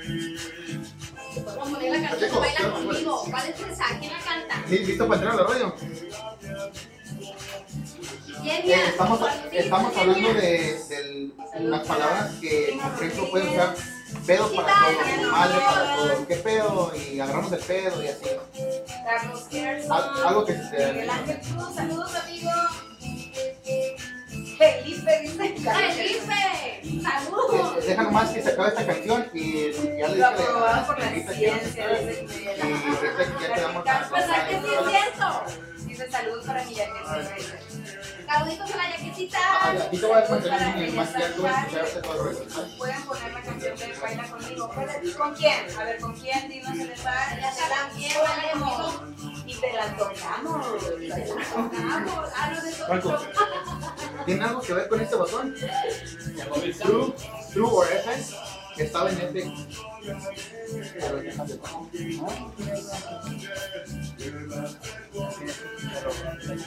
Speaker 3: Vamos a poner la canción, baila conmigo. ¿Cuál es esa? ¿Quién la canta?
Speaker 2: ¿Sí, ¿Listo para entrar a la radio?
Speaker 3: Genia.
Speaker 2: Eh, estamos,
Speaker 3: Saluditos,
Speaker 2: estamos
Speaker 3: Genia.
Speaker 2: hablando de, de las palabras que el Franco puede usar pedo para
Speaker 3: Quítale,
Speaker 2: todo, madre para
Speaker 3: no.
Speaker 2: todo, qué pedo, y agarramos el pedo y así.
Speaker 3: Carlos
Speaker 2: Al-
Speaker 3: Gerson,
Speaker 2: algo que
Speaker 3: Miguel
Speaker 2: se
Speaker 3: Ángel Cruz, saludos amigo. Felipe dice Carlos Gerson.
Speaker 4: Felipe,
Speaker 2: es-
Speaker 4: saludos.
Speaker 2: Eh, Deja nomás que se acabe esta canción y ya
Speaker 3: Lo
Speaker 2: le dije a la-
Speaker 3: aprobado por la
Speaker 2: Rita que ya se
Speaker 3: ciencia,
Speaker 2: sabe,
Speaker 3: dice Miguel
Speaker 2: Y ahorita ya quedamos
Speaker 3: Pues
Speaker 4: ¿Verdad que sí es cierto?
Speaker 3: Dice saludos para mi Ángel
Speaker 4: Saluditos a la yaquecita.
Speaker 2: Ah, ya, Aquí te voy a dar cuenta
Speaker 3: Para
Speaker 2: que más que algo
Speaker 3: Elías
Speaker 2: escucharse todo el resto.
Speaker 3: Pueden poner la canción de Baila conmigo. ¿Cuál es? ¿Con quién? A ver, ¿con quién? Dinos el bar. Ya se la ponemos. Y te la tocamos. Te la tocamos.
Speaker 4: Ah,
Speaker 3: A los de
Speaker 2: Marco,
Speaker 3: todos.
Speaker 2: ¿Tiene algo que ver con este botón? True, True or FS, que estaba en este. Pero deja de- ¿Ah? Habla con él.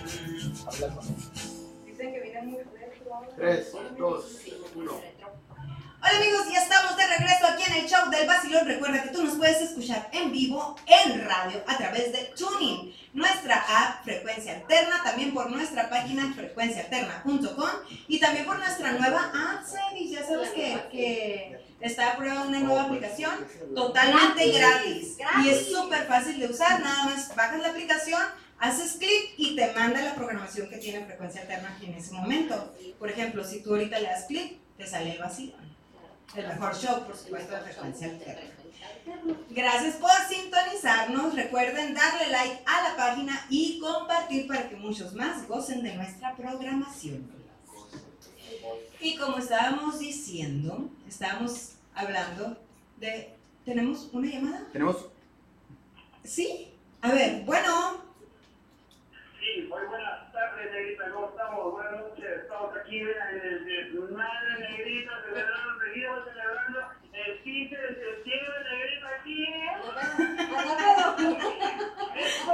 Speaker 3: Dicen que viene muy fuerte.
Speaker 2: Tres, dos, uno.
Speaker 1: Hola amigos, ya estamos de regreso aquí en el show del Basilón. Recuerda que tú nos puedes escuchar en vivo, en radio, a través de Tuning, nuestra app Frecuencia Alterna, también por nuestra página frecuenciaalterna.com y también por nuestra nueva app, Sadie. Ya sabes que, que está a prueba una nueva
Speaker 2: pues,
Speaker 1: aplicación totalmente gratis.
Speaker 3: Gratis, gratis.
Speaker 1: Y es súper fácil de usar, nada más bajas la aplicación, haces clic y te manda la programación que tiene Frecuencia Alterna en ese momento. Por ejemplo, si tú ahorita le das clic, te sale el vacío. El mejor show, por supuesto, de Frecuencia Alterna. Gracias por sintonizarnos. Recuerden darle like a la página y compartir para que muchos más gocen de nuestra programación. Y como estábamos diciendo, estábamos hablando de... ¿Tenemos una llamada?
Speaker 2: Tenemos.
Speaker 1: ¿Sí? A ver, bueno,
Speaker 7: Sí, muy buenas tardes, Negrita, ¿cómo estamos? Buenas noches, estamos aquí en el desmadre, Negrita, celebrando, seguimos celebrando el 15 de septiembre, Negrita, aquí.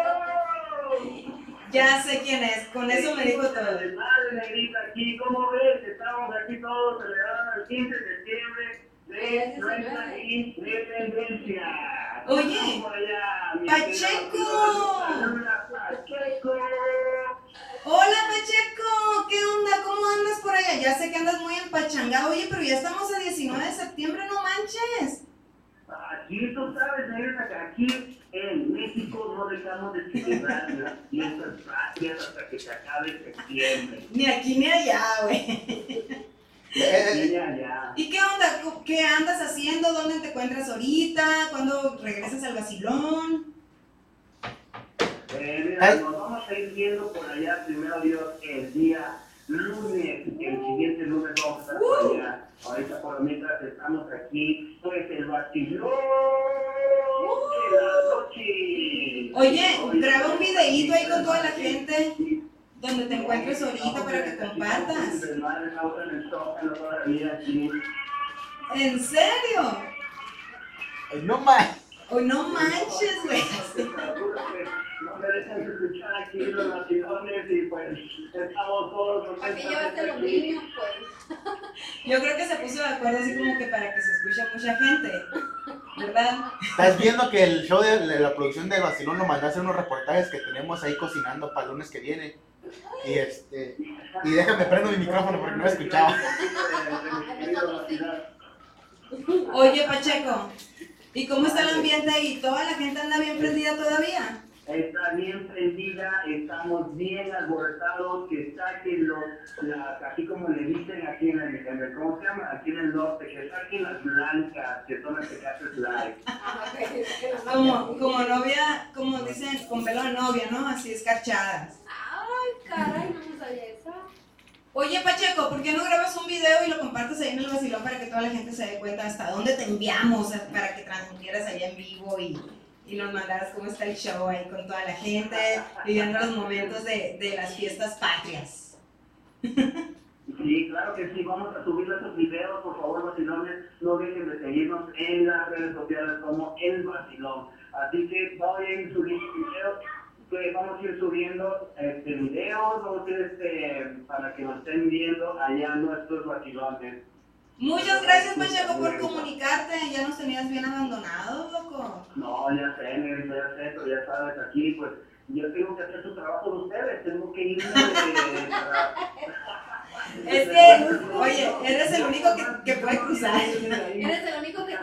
Speaker 7: ¡Eso!
Speaker 1: ya sé quién es. Con eso me dijo todo.
Speaker 7: Desmadre, Negrita, aquí, ¿cómo ves? Estamos aquí todos celebrando el 15 de septiembre de nuestra independencia.
Speaker 1: Oye,
Speaker 7: Vamos por allá, mi
Speaker 1: Pacheco.
Speaker 7: querido. Pacheco.
Speaker 1: Hola Pacheco, ¿qué onda? ¿Cómo andas por allá? Ya sé que andas muy empachangado, oye, pero ya estamos a 19 de septiembre, no manches.
Speaker 7: Aquí tú sabes, negrita, que aquí en México no dejamos de celebrar las fiestas patrias hasta que se acabe septiembre.
Speaker 1: Ni aquí ni allá, güey.
Speaker 2: Eh, eh, eh,
Speaker 7: Mira ya.
Speaker 1: ¿Y qué onda? ¿Cu- ¿Qué andas haciendo? ¿Dónde te encuentras ahorita? ¿Cuándo regresas al vacilón?
Speaker 7: Eh, mira, nos vamos a ir viendo por allá, primero Dios, el día lunes, el siguiente lunes vamos a estar por allá. Ahorita por lo mientras estamos aquí, pues el vacilón de la noche.
Speaker 1: Oye, graba un videíto ahí con toda la gente
Speaker 7: Sí.
Speaker 1: donde te encuentres ahorita para que compartas. ¿En serio?
Speaker 2: No más.
Speaker 1: ¡Oh, no manches, güey!
Speaker 7: No me dejan escuchar aquí los latidones y pues estamos todos.
Speaker 3: Aquí llevaste los niños, pues.
Speaker 1: Yo creo que se puso de acuerdo así como que para que se escuche a mucha gente, ¿verdad?
Speaker 2: Estás viendo que el show de de la producción de Basilón lo mandó a hacer unos reportajes que tenemos ahí cocinando para el lunes que viene. Y este. Y déjame prendo mi micrófono porque no escuchaba.
Speaker 1: Oye, Pacheco, ¿y cómo está el ambiente ahí? ¿Toda la gente anda bien prendida todavía?
Speaker 7: Está bien prendida, estamos bien alborotados, que saquen los, las, así como le dicen aquí en el, en el- ¿cómo se llama? Aquí en el norte, que saquen las blancas, que son las que hacen live.
Speaker 1: Como, como novia, como dicen, con pelo de novia, ¿no? Así escarchadas.
Speaker 4: Ay, caray, no me sabía esa.
Speaker 1: Oye, Pacheco, ¿por qué no grabas un video y lo compartes ahí en el vacilón para que toda la gente se dé cuenta hasta dónde te enviamos para que transmitieras allá en vivo y, y nos mandaras cómo está el show ahí con toda la gente, viviendo los momentos de, de las fiestas patrias?
Speaker 7: Sí, claro que sí, vamos a subir esos videos, por favor, vacilones, no dejen de seguirnos en las redes sociales como El Vacilón. Así que voy a ir subiendo videos, que vamos a ir subiendo este, videos, vamos a ir, este, para que nos estén viendo allá nuestros vacilones.
Speaker 1: Muchas gracias, Pacheco, por comunicarte. Ya nos tenías bien abandonados, loco.
Speaker 7: No, ya sé, negrito, ya sé, pero ya sabes, aquí pues yo tengo que hacer su trabajo de ustedes, tengo que irme de- para-
Speaker 1: Es que, oye, eres el único que- que puede cruzar.
Speaker 4: Eres el único que pues.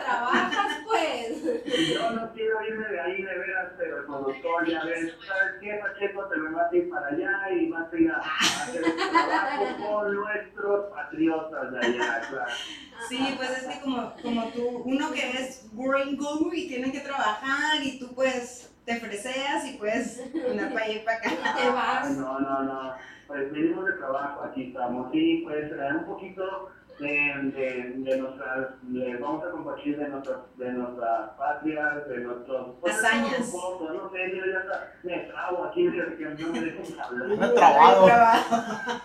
Speaker 7: gustó, ya ves, ¿sabes qué, Pacheco? Te me vas a ir para allá y vas a ir a, a hacer un trabajo con nuestros patriotas de allá, claro.
Speaker 1: Sí, pues es que como, como tú, uno que es gringo y tiene que trabajar y tú pues te freseas y puedes andar para allá y para acá.
Speaker 3: Te vas.
Speaker 7: No, no, no. Pues venimos de trabajo, aquí estamos. Sí, pues eh, un poquito de, de, de nuestras, le vamos a compartir de nuestras, de nuestras patrias, de nuestros... pues,
Speaker 1: Hazañas.
Speaker 7: Un poco, no sé, yo ya está- me trabo aquí, de que no me dejan hablar.
Speaker 2: Me trabado.
Speaker 1: Trabado.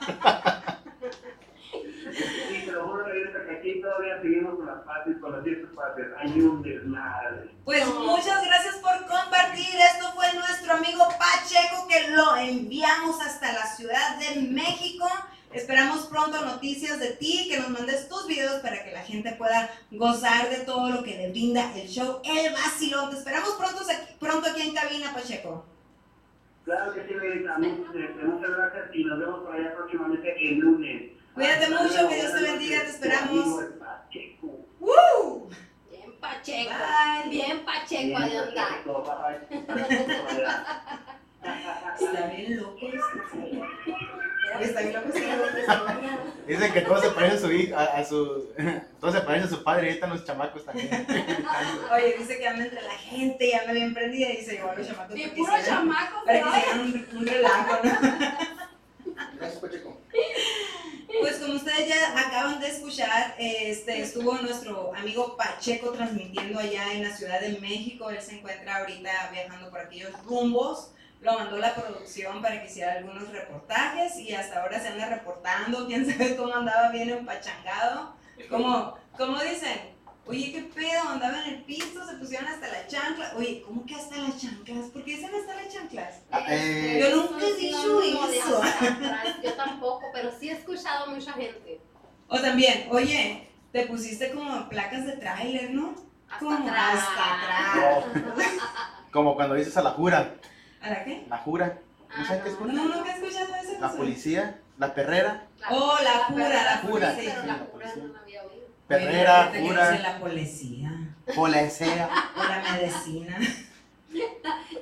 Speaker 7: Sí, te lo juro, Rebeca, que aquí todavía seguimos con las patrias, con las fiestas patrias. Hay un desmadre.
Speaker 1: Pues muchas gracias por compartir. Esto fue nuestro amigo Pacheco que lo enviamos hasta la Ciudad de México. Esperamos pronto noticias de ti, que nos mandes tus videos para que la gente pueda gozar de todo lo que le brinda el show El Vacilón. Te esperamos pronto aquí, pronto aquí en cabina, Pacheco.
Speaker 7: Claro que sí, Rebeca, mu- este, muchas gracias y nos vemos por allá próximamente el lunes.
Speaker 1: Cuídate
Speaker 7: Hasta
Speaker 1: mucho,
Speaker 7: luego,
Speaker 1: que Dios te
Speaker 7: buenas
Speaker 1: bendiga, te
Speaker 7: noches.
Speaker 1: esperamos.
Speaker 7: amigo el Pacheco.
Speaker 1: ¡Woo!
Speaker 3: Bien pacheco.
Speaker 1: Bye.
Speaker 3: Uh. Bien pacheco de andar.
Speaker 1: Está bien loco. Está bien loco. está bien loco.
Speaker 2: Dicen que todos se parecen a su hij- a, a su todos se parecen a su padre, ahí están los chamacos también.
Speaker 1: Oye, dice que anda entre la gente y anda bien prendida. Y dice, yo los chamacos.
Speaker 3: Bien
Speaker 1: porque
Speaker 3: puro
Speaker 1: hicieron-
Speaker 3: chamaco,
Speaker 1: Para
Speaker 3: pero
Speaker 1: que se hagan un, un relajo, ¿no?
Speaker 2: Gracias, Pacheco.
Speaker 1: Pues como ustedes ya acaban de escuchar, este, estuvo nuestro amigo Pacheco transmitiendo allá en la Ciudad de México. Él se encuentra ahorita viajando por aquellos rumbos. Lo mandó la producción para que hiciera algunos reportajes y hasta ahora se anda reportando. Quién sabe cómo andaba bien empachangado. Como, como dicen, oye, qué pedo, andaba en el piso, se pusieron hasta las chanclas. Oye, ¿cómo que hasta las chanclas? ¿Por qué dicen hasta las chanclas?
Speaker 2: Eh,
Speaker 1: Yo nunca he dicho eso.
Speaker 8: Yo tampoco, pero sí he escuchado a mucha gente.
Speaker 1: O también, oye, te pusiste como placas de tráiler, ¿no?
Speaker 8: Hasta
Speaker 1: Como
Speaker 8: atrás.
Speaker 1: hasta atrás.
Speaker 2: no. Como cuando dices a la jura,
Speaker 1: ¿A la qué?
Speaker 2: la jura, ¿no sabes qué es
Speaker 1: No,
Speaker 2: jura?
Speaker 1: nunca he escuchado eso.
Speaker 2: La policía, la perrera,
Speaker 1: Oh, la jura,
Speaker 8: perra,
Speaker 1: la
Speaker 2: jura,
Speaker 8: sí,
Speaker 2: sí,
Speaker 8: pero
Speaker 2: la
Speaker 8: la jura
Speaker 2: policía.
Speaker 8: no la había oído.
Speaker 2: perrera,
Speaker 1: Oye, ahorita que dice
Speaker 2: jura,
Speaker 1: la policía
Speaker 2: policía.
Speaker 1: o la medicina.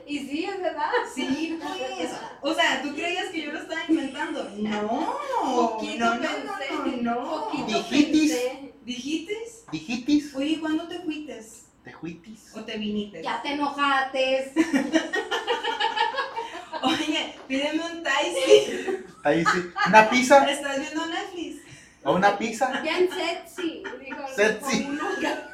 Speaker 8: Y sí, es verdad.
Speaker 1: Sí, pues. O sea, ¿tú creías que yo lo estaba inventando? No.
Speaker 8: Poquito
Speaker 1: no, no,
Speaker 8: pensé.
Speaker 1: no, no, no.
Speaker 8: Poquito
Speaker 2: Dijitis.
Speaker 8: pensé.
Speaker 1: ¿Dijites?
Speaker 2: Dijitis,
Speaker 1: Oye, ¿cuándo te fuites?
Speaker 2: tejuitis.
Speaker 1: ¿O te vinites?
Speaker 8: Ya te enojates.
Speaker 1: Oye, pídeme un taxi.
Speaker 2: Ahí sí. Una pizza
Speaker 1: ¿Estás viendo Netflix?
Speaker 2: o una pizza.
Speaker 8: Bien sexy. Dijo,
Speaker 2: Sexy.
Speaker 8: como nunca.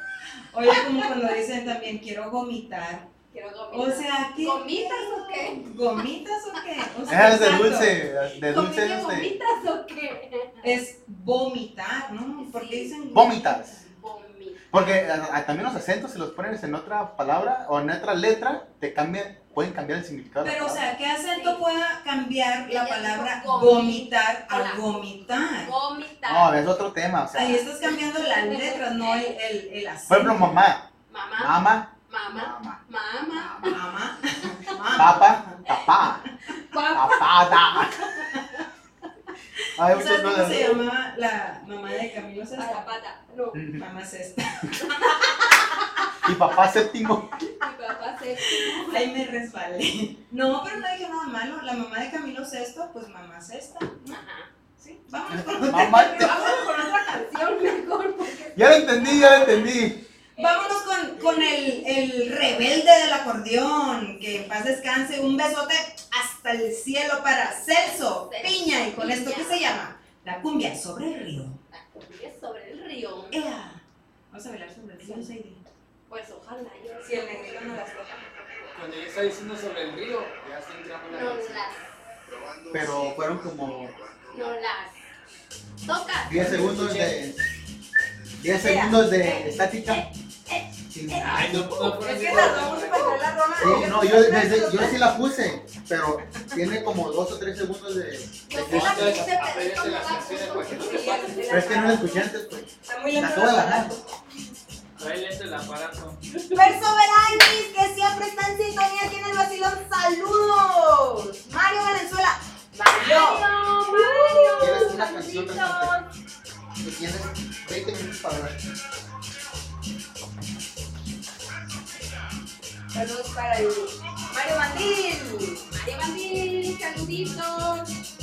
Speaker 1: Oye, como cuando dicen también, quiero vomitar.
Speaker 8: Quiero
Speaker 1: O
Speaker 8: gomitas.
Speaker 1: sea, ¿qué?
Speaker 8: ¿Gomitas o qué?
Speaker 1: ¿Gomitas o qué? O sea,
Speaker 2: Esas Ah, de
Speaker 1: exacto.
Speaker 2: dulce, de dulce
Speaker 8: ¿Comiste
Speaker 2: este.
Speaker 8: gomitas o qué?
Speaker 1: Es vomitar, ¿no? Porque dicen
Speaker 2: Vomitas.
Speaker 8: Gomitas.
Speaker 2: Porque a- a- también los acentos, si los pones en otra palabra o en otra letra, te cambian, pueden cambiar el significado. de la
Speaker 1: Pero, o
Speaker 2: palabra.
Speaker 1: sea, ¿qué acento pueda cambiar la
Speaker 8: Ella
Speaker 1: palabra
Speaker 8: dijo
Speaker 1: vomitar
Speaker 8: Hola.
Speaker 1: a gomitar?
Speaker 2: No,
Speaker 8: Gomitas.
Speaker 2: es otro tema. O sea,
Speaker 1: Ahí estás cambiando las letras, no el, el, el acento.
Speaker 2: por ejemplo, mamá,
Speaker 8: Mamá.
Speaker 2: mamá,
Speaker 8: Mamá.
Speaker 2: mamá,
Speaker 8: Mamá.
Speaker 1: Mamá. Mamá.
Speaker 2: papá, papá,
Speaker 8: Papá.
Speaker 2: papada. Hay
Speaker 1: ¿Tú
Speaker 2: muchas
Speaker 1: ¿Sabes cómo
Speaker 2: cosas.
Speaker 1: se llamaba la mamá de Camilo Sesta?
Speaker 8: Zapata. No.
Speaker 2: Ujú.
Speaker 1: Mamá Sesta.
Speaker 2: Y papá séptimo.
Speaker 8: Mi papá sexy.
Speaker 1: Ahí me resbalé. No, pero no dije nada malo. La mamá de Camilo Sexto, pues mamá Sexta. ¿no?
Speaker 8: Ajá.
Speaker 1: Sí, vámonos con otra,
Speaker 2: Mamá te-
Speaker 1: vámonos con otra canción.
Speaker 8: Canción mejor porque
Speaker 2: Ya lo entendí, ya lo entendí.
Speaker 1: Vámonos con, con el, el rebelde del acordeón. Que en paz descanse. Un besote hasta el cielo para Celso Piña. Y con esto que se llama La cumbia sobre el río.
Speaker 8: la cumbia sobre el río.
Speaker 1: ¡Ea! Vamos a bailar sobre el río, Sadie.
Speaker 8: Pues ojalá yo.
Speaker 1: Si el negrito no las toca.
Speaker 9: Cuando ya está diciendo sobre el río, ya está entrando en la
Speaker 8: No
Speaker 9: canción.
Speaker 8: las.
Speaker 2: Pero fueron como
Speaker 8: No las. Toca.
Speaker 2: 10 segundos de. 10 segundos de estática.
Speaker 9: Ay, no, no,
Speaker 1: Es que las vamos a bailar la rola.
Speaker 2: Sí, no, yo, desde- yo sí la puse, pero tiene como 2 o 3 segundos
Speaker 8: Yo
Speaker 2: de.
Speaker 8: sé la
Speaker 9: Entonces,
Speaker 8: quise, pero
Speaker 9: apenas
Speaker 8: esto
Speaker 9: se
Speaker 8: no
Speaker 9: las
Speaker 8: la
Speaker 9: hace de
Speaker 8: puso.
Speaker 9: cualquier
Speaker 2: Pero es que no la escuché antes, pues.
Speaker 1: Está muy
Speaker 2: La
Speaker 1: lento
Speaker 2: acabo de
Speaker 1: la
Speaker 2: bajar.
Speaker 1: rola.
Speaker 9: Tráiles el aparato.
Speaker 1: Verso Verández, que siempre está en sintonía aquí en el vacilón, saludos. Mario Valenzuela,
Speaker 2: ¿Quieres una canción reciente? Que tienes 20 minutos para hablar.
Speaker 1: saludos para el
Speaker 4: Mario Bandil. Mario Bandil, saluditos.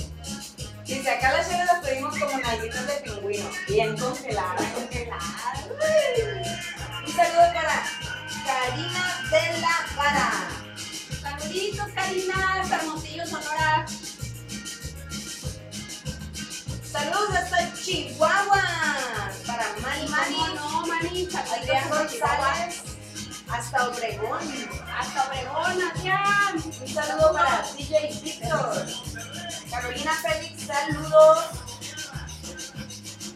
Speaker 3: Dice, acá las chelas las pedimos como nalguitas de pingüino, bien congeladas.
Speaker 4: Congeladas.
Speaker 3: Un saludo para Karina de la Vara.
Speaker 4: Saluditos, Karina, Hermosillo, Sonora.
Speaker 3: Saludos hasta Chihuahua para Mani
Speaker 4: Mani,
Speaker 3: Mani.
Speaker 4: no, Mani,
Speaker 3: Adrián
Speaker 4: saluditos,
Speaker 3: González
Speaker 4: González.
Speaker 3: hasta Obregón.
Speaker 4: Hasta Obregón, Adrián.
Speaker 3: Un saludo para DJ Víctor. Carolina Félix, saludos.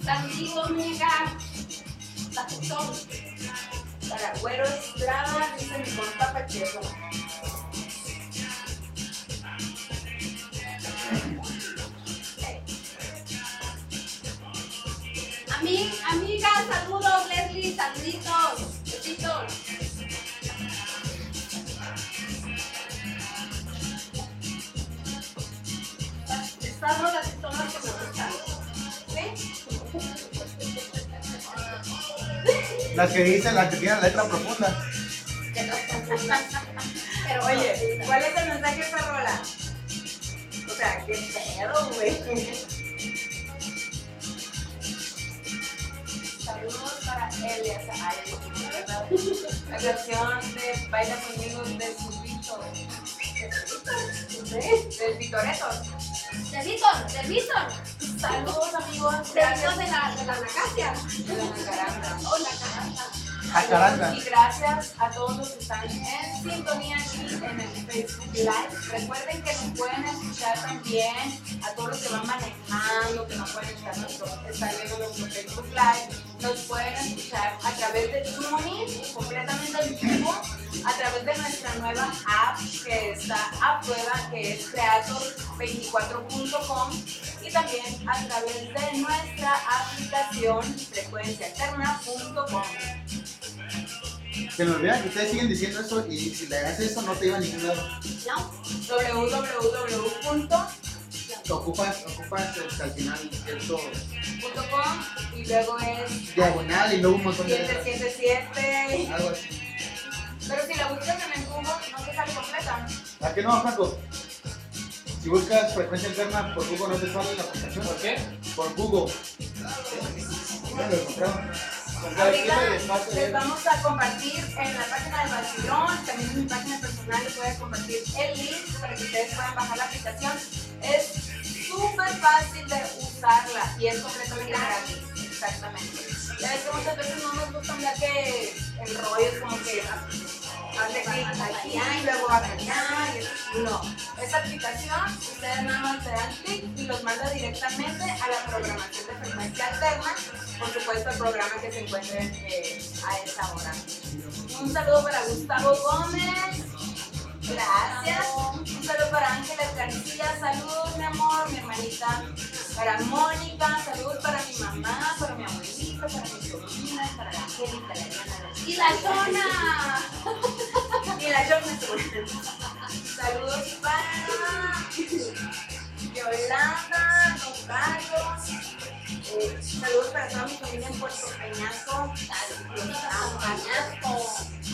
Speaker 4: Saluditos, muñeca. Tapuzón.
Speaker 3: Para Güero Estrada, dice mi compa Pacheco.
Speaker 4: A mí, amigas, saludos, Leslie, saluditos. Besitos. Estas rolas son las que me gustan. ¿Sí?
Speaker 2: Las que dicen, las que tienen letra profunda.
Speaker 4: Pero
Speaker 3: Oye, pues. ¿cuál es el mensaje de esa rola? O sea, qué pedo, güey.
Speaker 4: saludos para Elias. Ay, ¿verdad?
Speaker 3: La canción de Baila conmigo de su bicho. Del Vitoreto.
Speaker 4: Del Bison, del Bison.
Speaker 3: Saludos, amigos.
Speaker 4: Del
Speaker 3: Gracias.
Speaker 4: de la, de la Anacasia.
Speaker 3: de la Nacaranda.
Speaker 4: Oh, la caramba.
Speaker 2: A caranda.
Speaker 3: Y gracias a todos los que están en sintonía aquí en el Facebook Live. Recuerden que nos pueden escuchar también a todos los que van manejando, que no pueden estar nuestro, estar viendo nuestro Facebook Live. Nos pueden escuchar a través de TuneIn, completamente en vivo, a través de nuestra nueva app que está a prueba, que es creator24.com y también a través de nuestra aplicación frecuenciaterna.com.
Speaker 2: Se me olvida que ustedes siguen diciendo eso y si le haces eso no te iba a ningún lado.
Speaker 3: www.com
Speaker 2: Ocupas, ocupas este, al final cierto
Speaker 3: y luego es
Speaker 2: diagonal y luego un montón de letras.
Speaker 3: 777.
Speaker 2: Algo así.
Speaker 3: Pero si la buscas en el Google, no te sale completa.
Speaker 2: ¿A qué no, Franco? Si buscas frecuencia interna por Google no te sale la aplicación.
Speaker 9: ¿Por qué?
Speaker 2: Por Google. Ya lo encontraron. este
Speaker 3: Ahorita les vamos a compartir en la página de Basilón, también en mi página personal les voy a compartir el link para que ustedes puedan bajar la aplicación. Es súper fácil de usarla y es completamente gratis. Exactamente. Ya ves que muchas veces no nos gusta hablar que el rollo es como que hazle clic aquí y luego va allá. y- No, esta aplicación ustedes nada más le dan clic y los manda directamente a la programación de frecuencia alterna por supuesto, el programa que se encuentre eh, a esta hora. Un saludo para Gustavo Gómez. Gracias. Un saludo para Ángeles García. Saludos, mi amor, mi hermanita. Para Mónica. Saludos para mi mamá, para mi abuelita, para mi sobrina, para la Angélica, la hermana de-
Speaker 4: Y la zona.
Speaker 3: y la Jorge. Saludos para Yolanda, Don Carlos. Eh, saludos para toda mi familia en Puerto Peñasco. Los amo, Peñasco.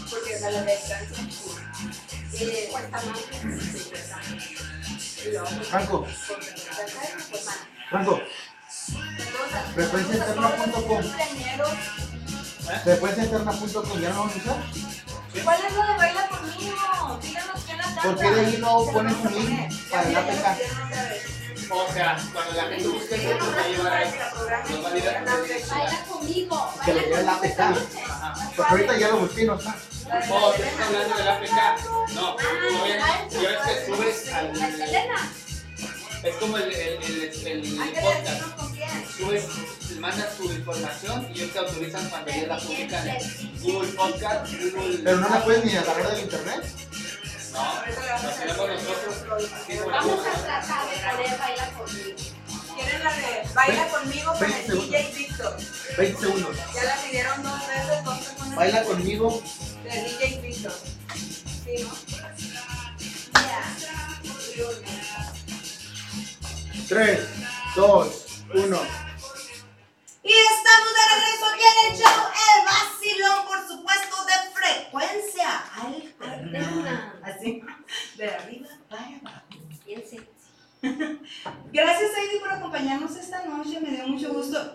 Speaker 3: Porque es la descanso. Eh, Puerta Madre, sí, Puerta Madre. Y luego, pues,
Speaker 2: Franco,
Speaker 3: por Puerta Madre, pues, madre.
Speaker 2: Franco,
Speaker 3: Saludos a-
Speaker 2: Frecuencia
Speaker 3: saludos a todos los
Speaker 2: Externa.com.
Speaker 3: cumpleañeros.
Speaker 2: frecuencia interna.com ya no vamos a usar.
Speaker 3: ¿Cuál es lo de baila conmigo? Díganos quién la canta.
Speaker 2: ¿Por qué de ahí no
Speaker 3: Se
Speaker 2: pones
Speaker 3: lo vamos a
Speaker 2: un link
Speaker 3: poner.
Speaker 2: para
Speaker 3: Ya,
Speaker 2: la
Speaker 3: ya lo
Speaker 2: PK?
Speaker 3: pusieron otra vez.
Speaker 9: O sea, cuando la gente busque eso, nos va a llevar a eso. Nos va a llevar a eso.
Speaker 4: Baila conmigo.
Speaker 2: Que
Speaker 4: Baila
Speaker 2: le dio
Speaker 4: conmigo.
Speaker 2: el APK.
Speaker 9: Ajá.
Speaker 2: Porque ahorita ya lo busqué y no está.
Speaker 9: Oh, ¿tú estás hablando del APK? No,
Speaker 3: Ah,
Speaker 9: no
Speaker 10: Ah,
Speaker 9: es- yo es que subes al...
Speaker 4: La Selena.
Speaker 9: Es como el, el, el, el, el podcast. Subes, mandas tu información y ellos te autorizan cuando ellos la publican en Google Podcast, Google...
Speaker 2: Pero no la puedes ni agarrar del internet.
Speaker 9: No, la tenemos nosotros. Así como la
Speaker 4: Vamos a
Speaker 9: buscan.
Speaker 4: tratar de poner baila conmigo.
Speaker 3: ¿Quieren la de baila conmigo con el DJ Víctor?
Speaker 2: 20 segundos.
Speaker 3: Ya la pidieron dos veces, dos segundos.
Speaker 2: Baila conmigo.
Speaker 3: De DJ Víctor. Sí, ¿no?
Speaker 2: 3, 2, 1.
Speaker 1: Y estamos de regreso aquí en el show El Vacilón, por supuesto, de frecuencia alterna.
Speaker 4: Alterna.
Speaker 1: Así.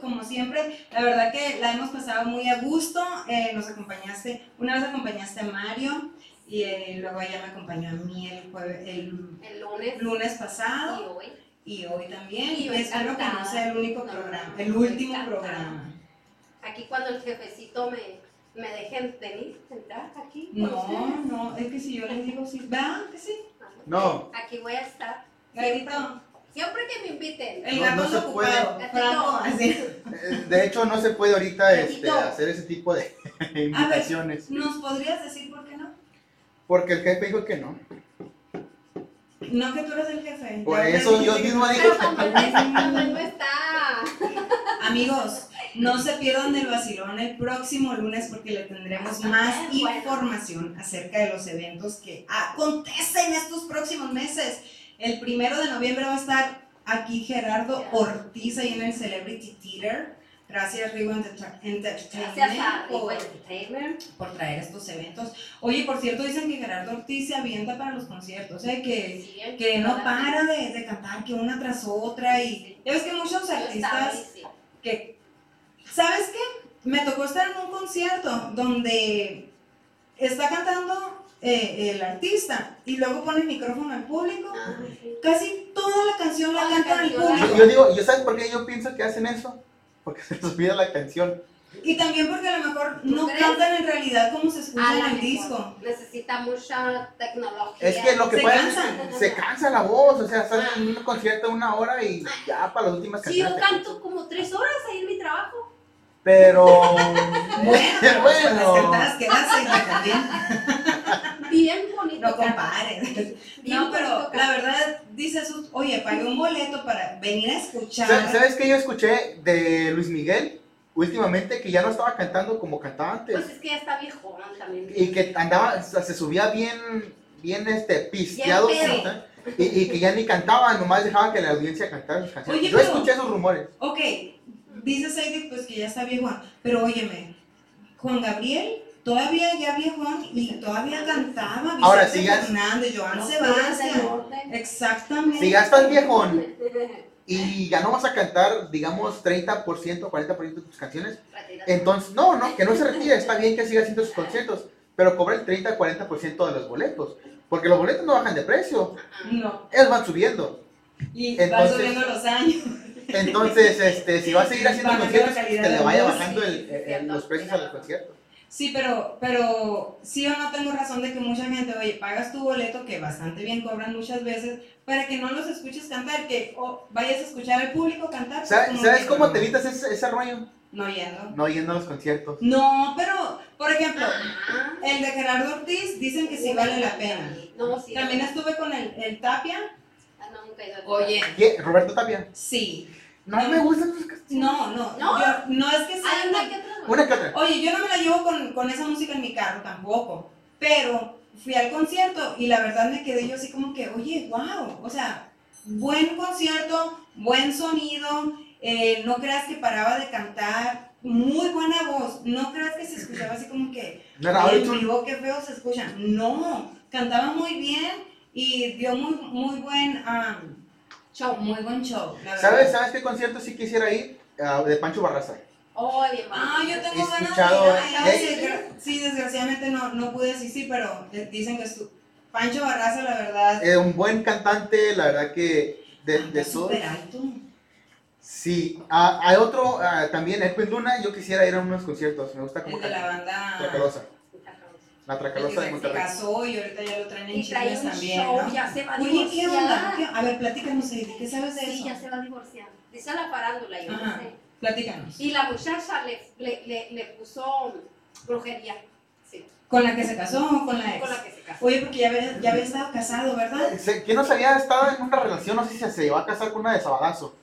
Speaker 1: como siempre. La verdad que la hemos pasado muy a gusto. Eh, nos acompañaste, una vez acompañaste a Mario y eh, luego ella me acompañó a mí el, jueves, el,
Speaker 8: el lunes,
Speaker 1: lunes pasado
Speaker 8: y hoy.
Speaker 1: y hoy también.
Speaker 8: Y
Speaker 1: Y
Speaker 8: yo
Speaker 1: espero que no
Speaker 8: encantada.
Speaker 1: sea el único
Speaker 8: No,
Speaker 1: programa,
Speaker 8: no,
Speaker 1: el
Speaker 8: yo
Speaker 1: último
Speaker 8: encantada.
Speaker 1: programa.
Speaker 8: Aquí cuando el jefecito me, me deje venir, sentar aquí.
Speaker 3: Pues,
Speaker 8: pues, con
Speaker 1: No,
Speaker 8: ustedes.
Speaker 1: no, es que si yo les digo sí, va, que sí.
Speaker 2: No.
Speaker 8: Aquí voy a estar.
Speaker 1: Gatito,
Speaker 8: Siempre que me inviten.
Speaker 1: el
Speaker 2: No,
Speaker 1: gato
Speaker 2: no
Speaker 1: anda
Speaker 2: se
Speaker 1: ocupado.
Speaker 8: puede.
Speaker 1: Franco, así.
Speaker 2: Eh, De hecho, no se puede ahorita este,
Speaker 1: Ratito.
Speaker 2: hacer ese tipo de invitaciones.
Speaker 1: ¿Nos podrías decir por qué no?
Speaker 2: Porque el jefe dijo que no.
Speaker 1: No que tú eres el jefe.
Speaker 2: Por
Speaker 1: Ya me
Speaker 2: eso yo
Speaker 1: dijiste que-
Speaker 2: mismo dije.
Speaker 8: Pero cuando él no- cuando él no está.
Speaker 1: Amigos, no se pierdan el vacilón el próximo lunes porque le tendremos más
Speaker 8: Bueno.
Speaker 1: información acerca de los eventos que acontecen estos próximos meses. El primero de noviembre va a estar aquí Gerardo Ortiz ahí en el Celebrity Theater. Gracias Rigo Enter-
Speaker 8: Gracias pues.
Speaker 1: Entertainment
Speaker 8: a
Speaker 1: por,
Speaker 8: Entertainment.
Speaker 1: por traer estos eventos. Oye, por cierto, dicen que Gerardo Ortiz se avienta para los conciertos, ¿eh? que que no para de, de cantar, que una tras otra y ya ves que muchos artistas que ¿sabes qué? Me tocó estar en un concierto donde está cantando eh, el artista y luego pone el micrófono al público. Casi toda la canción la
Speaker 8: Ah, Toda la
Speaker 1: canta el
Speaker 8: canción la-
Speaker 1: público
Speaker 2: Yo digo, ¿yo sabes por qué yo pienso que hacen eso? Porque se les olvida la canción.
Speaker 1: y también porque a lo mejor
Speaker 8: ¿Tú
Speaker 1: no
Speaker 8: crees?
Speaker 1: cantan en realidad como se
Speaker 8: A
Speaker 1: escucha
Speaker 8: la
Speaker 1: en el
Speaker 8: mejor.
Speaker 1: disco.
Speaker 8: Ah, Necesita mucha tecnología.
Speaker 2: Es que lo que
Speaker 1: Se
Speaker 2: pasa es
Speaker 1: cansan.
Speaker 2: que se cansa la voz, o sea, salen en un concierto una hora y ya para las últimas
Speaker 8: Sí, yo
Speaker 2: canciones.
Speaker 8: canto como tres horas ahí en mi trabajo.
Speaker 2: Pero
Speaker 1: Bueno, pero
Speaker 2: bueno,
Speaker 1: pues, las cantadas que hacen que también
Speaker 8: Bien bonito.
Speaker 1: no compares.
Speaker 8: Bien
Speaker 1: No, pero
Speaker 8: bonito
Speaker 1: la
Speaker 8: canto.
Speaker 1: verdad dices, oye, pagué un boleto para venir a escuchar.
Speaker 2: ¿sabes sabes qué yo escuché de Luis Miguel últimamente que ya no estaba cantando como cantaba
Speaker 8: Pues
Speaker 2: antes
Speaker 8: es que ya está viejón también.
Speaker 2: Este. y que andaba, o sea, se subía bien, bien este pisteado
Speaker 8: Bien pedo.
Speaker 2: como tal, y, y que ya ni cantaba, nomás dejaba que la audiencia cantara sus canciones.
Speaker 1: Oye,
Speaker 2: yo
Speaker 1: pero-
Speaker 2: escuché esos rumores.
Speaker 1: Ok, dice Saidi pues que ya está viejón, pero óyeme, Juan Gabriel todavía ya viejón y todavía cantaba Vicente
Speaker 2: Ahora, si ya-
Speaker 1: Fernández, Joan
Speaker 8: No, del
Speaker 1: Sebastián.
Speaker 8: orden.
Speaker 1: Exactamente.
Speaker 2: Si ya estás viejón y ya no vas a cantar, digamos, 30%, 40% de tus canciones,
Speaker 8: Retírate.
Speaker 2: entonces, no, no, que no se retire, está bien que siga haciendo sus conciertos, pero cobra el 30, 40% de los boletos, porque los boletos no bajan de precio,
Speaker 1: No,
Speaker 2: ellos van subiendo.
Speaker 1: y va
Speaker 2: Entonces-
Speaker 1: subiendo los años.
Speaker 2: Entonces, este, si va a seguir haciendo
Speaker 1: Bajando la
Speaker 2: conciertos, que
Speaker 1: calidad
Speaker 2: le
Speaker 1: de
Speaker 2: vaya
Speaker 1: voz,
Speaker 2: bajando el-
Speaker 8: sí,
Speaker 2: el-
Speaker 8: cierto.
Speaker 2: los precios a los conciertos.
Speaker 1: Sí, pero, pero sí o no tengo razón de que mucha gente, oye, pagas tu boleto, que bastante bien cobran muchas veces, para que no los escuches cantar, que o vayas a escuchar al público cantar. pues,
Speaker 2: ¿Sabes,
Speaker 1: como
Speaker 2: sabes
Speaker 1: que
Speaker 2: cómo
Speaker 1: no-
Speaker 2: te evitas ese, ese rollo?
Speaker 1: No yendo.
Speaker 2: No yendo a los conciertos.
Speaker 1: No, pero, por ejemplo,
Speaker 8: Ah.
Speaker 1: El de Gerardo Ortiz dicen que sí vale la pena.
Speaker 8: No, sí.
Speaker 1: También estuve con el, el Tapia.
Speaker 8: Ah, no, nunca he ido al-
Speaker 2: ¿Qué? eh, Roberto Tapia.
Speaker 1: sí.
Speaker 2: No me gustan sus canciones.
Speaker 1: No, no.
Speaker 8: ¿No?
Speaker 1: yo- no es que sea.
Speaker 8: Ah, Hay una que otra.
Speaker 2: Una que otra.
Speaker 1: Oye, yo no me la llevo con, con esa música en mi carro tampoco. Pero fui al concierto y la verdad me quedé yo así como que, oye, wow. O sea, buen concierto, buen sonido. eh, no creas que paraba de cantar. Muy buena voz. No creas que se escuchaba así como que.
Speaker 2: No era
Speaker 1: Ay,
Speaker 2: Ocho.
Speaker 1: en vivo, qué feo se escucha. No, cantaba muy bien y dio muy, muy buen am, show, muy buen show. la
Speaker 2: ¿Sabes,
Speaker 1: verdad.
Speaker 2: ¿Sabes qué concierto sí quisiera ir? Ah, de Pancho Barraza.
Speaker 8: Oh, bien
Speaker 1: Ah, yo tengo
Speaker 2: He
Speaker 1: ganas de
Speaker 2: escuchado,
Speaker 1: ir. Ay, ay,
Speaker 2: ¿eh?
Speaker 1: desgra- sí, desgraciadamente no, no pude asistir, pero de- dicen que estu- Pancho Barraza, la verdad,
Speaker 2: Eh, un buen cantante, la verdad que de, de
Speaker 1: anda
Speaker 2: todo.
Speaker 1: súper alto.
Speaker 2: Sí, Ah, hay otro ah, también, Edwin Luna, yo quisiera ir a unos conciertos, me gusta como
Speaker 1: El de la
Speaker 2: canta.
Speaker 1: banda.
Speaker 2: Tracalosa, la
Speaker 1: el que
Speaker 2: Tracalosa de
Speaker 1: se- se
Speaker 2: Monterrey.
Speaker 1: casó y ahorita ya lo traen en
Speaker 8: Y trae
Speaker 1: Chile
Speaker 8: un
Speaker 1: también.
Speaker 8: show,
Speaker 1: ¿no?
Speaker 8: ya se va a
Speaker 1: Oye, ¿qué onda?
Speaker 8: divorciar.
Speaker 1: ¿Qué- A ver, platícanos, Heidi, ¿qué sabes de
Speaker 8: Sí,
Speaker 1: eso?
Speaker 8: ya se va a divorciar. Dice la farándula, yo
Speaker 1: Ajá.
Speaker 8: no sé.
Speaker 1: Platícanos.
Speaker 8: Y la muchacha le, le, le, le puso brujería. Sí,
Speaker 1: ¿Con la que se casó o con la ex?
Speaker 8: con la que se casó.
Speaker 1: Oye, porque ya había, ya había estado casado, ¿verdad?
Speaker 2: Se- ¿Quién nos había estado en una relación? No sé si se, se llevó a casar con una de Sabadazo.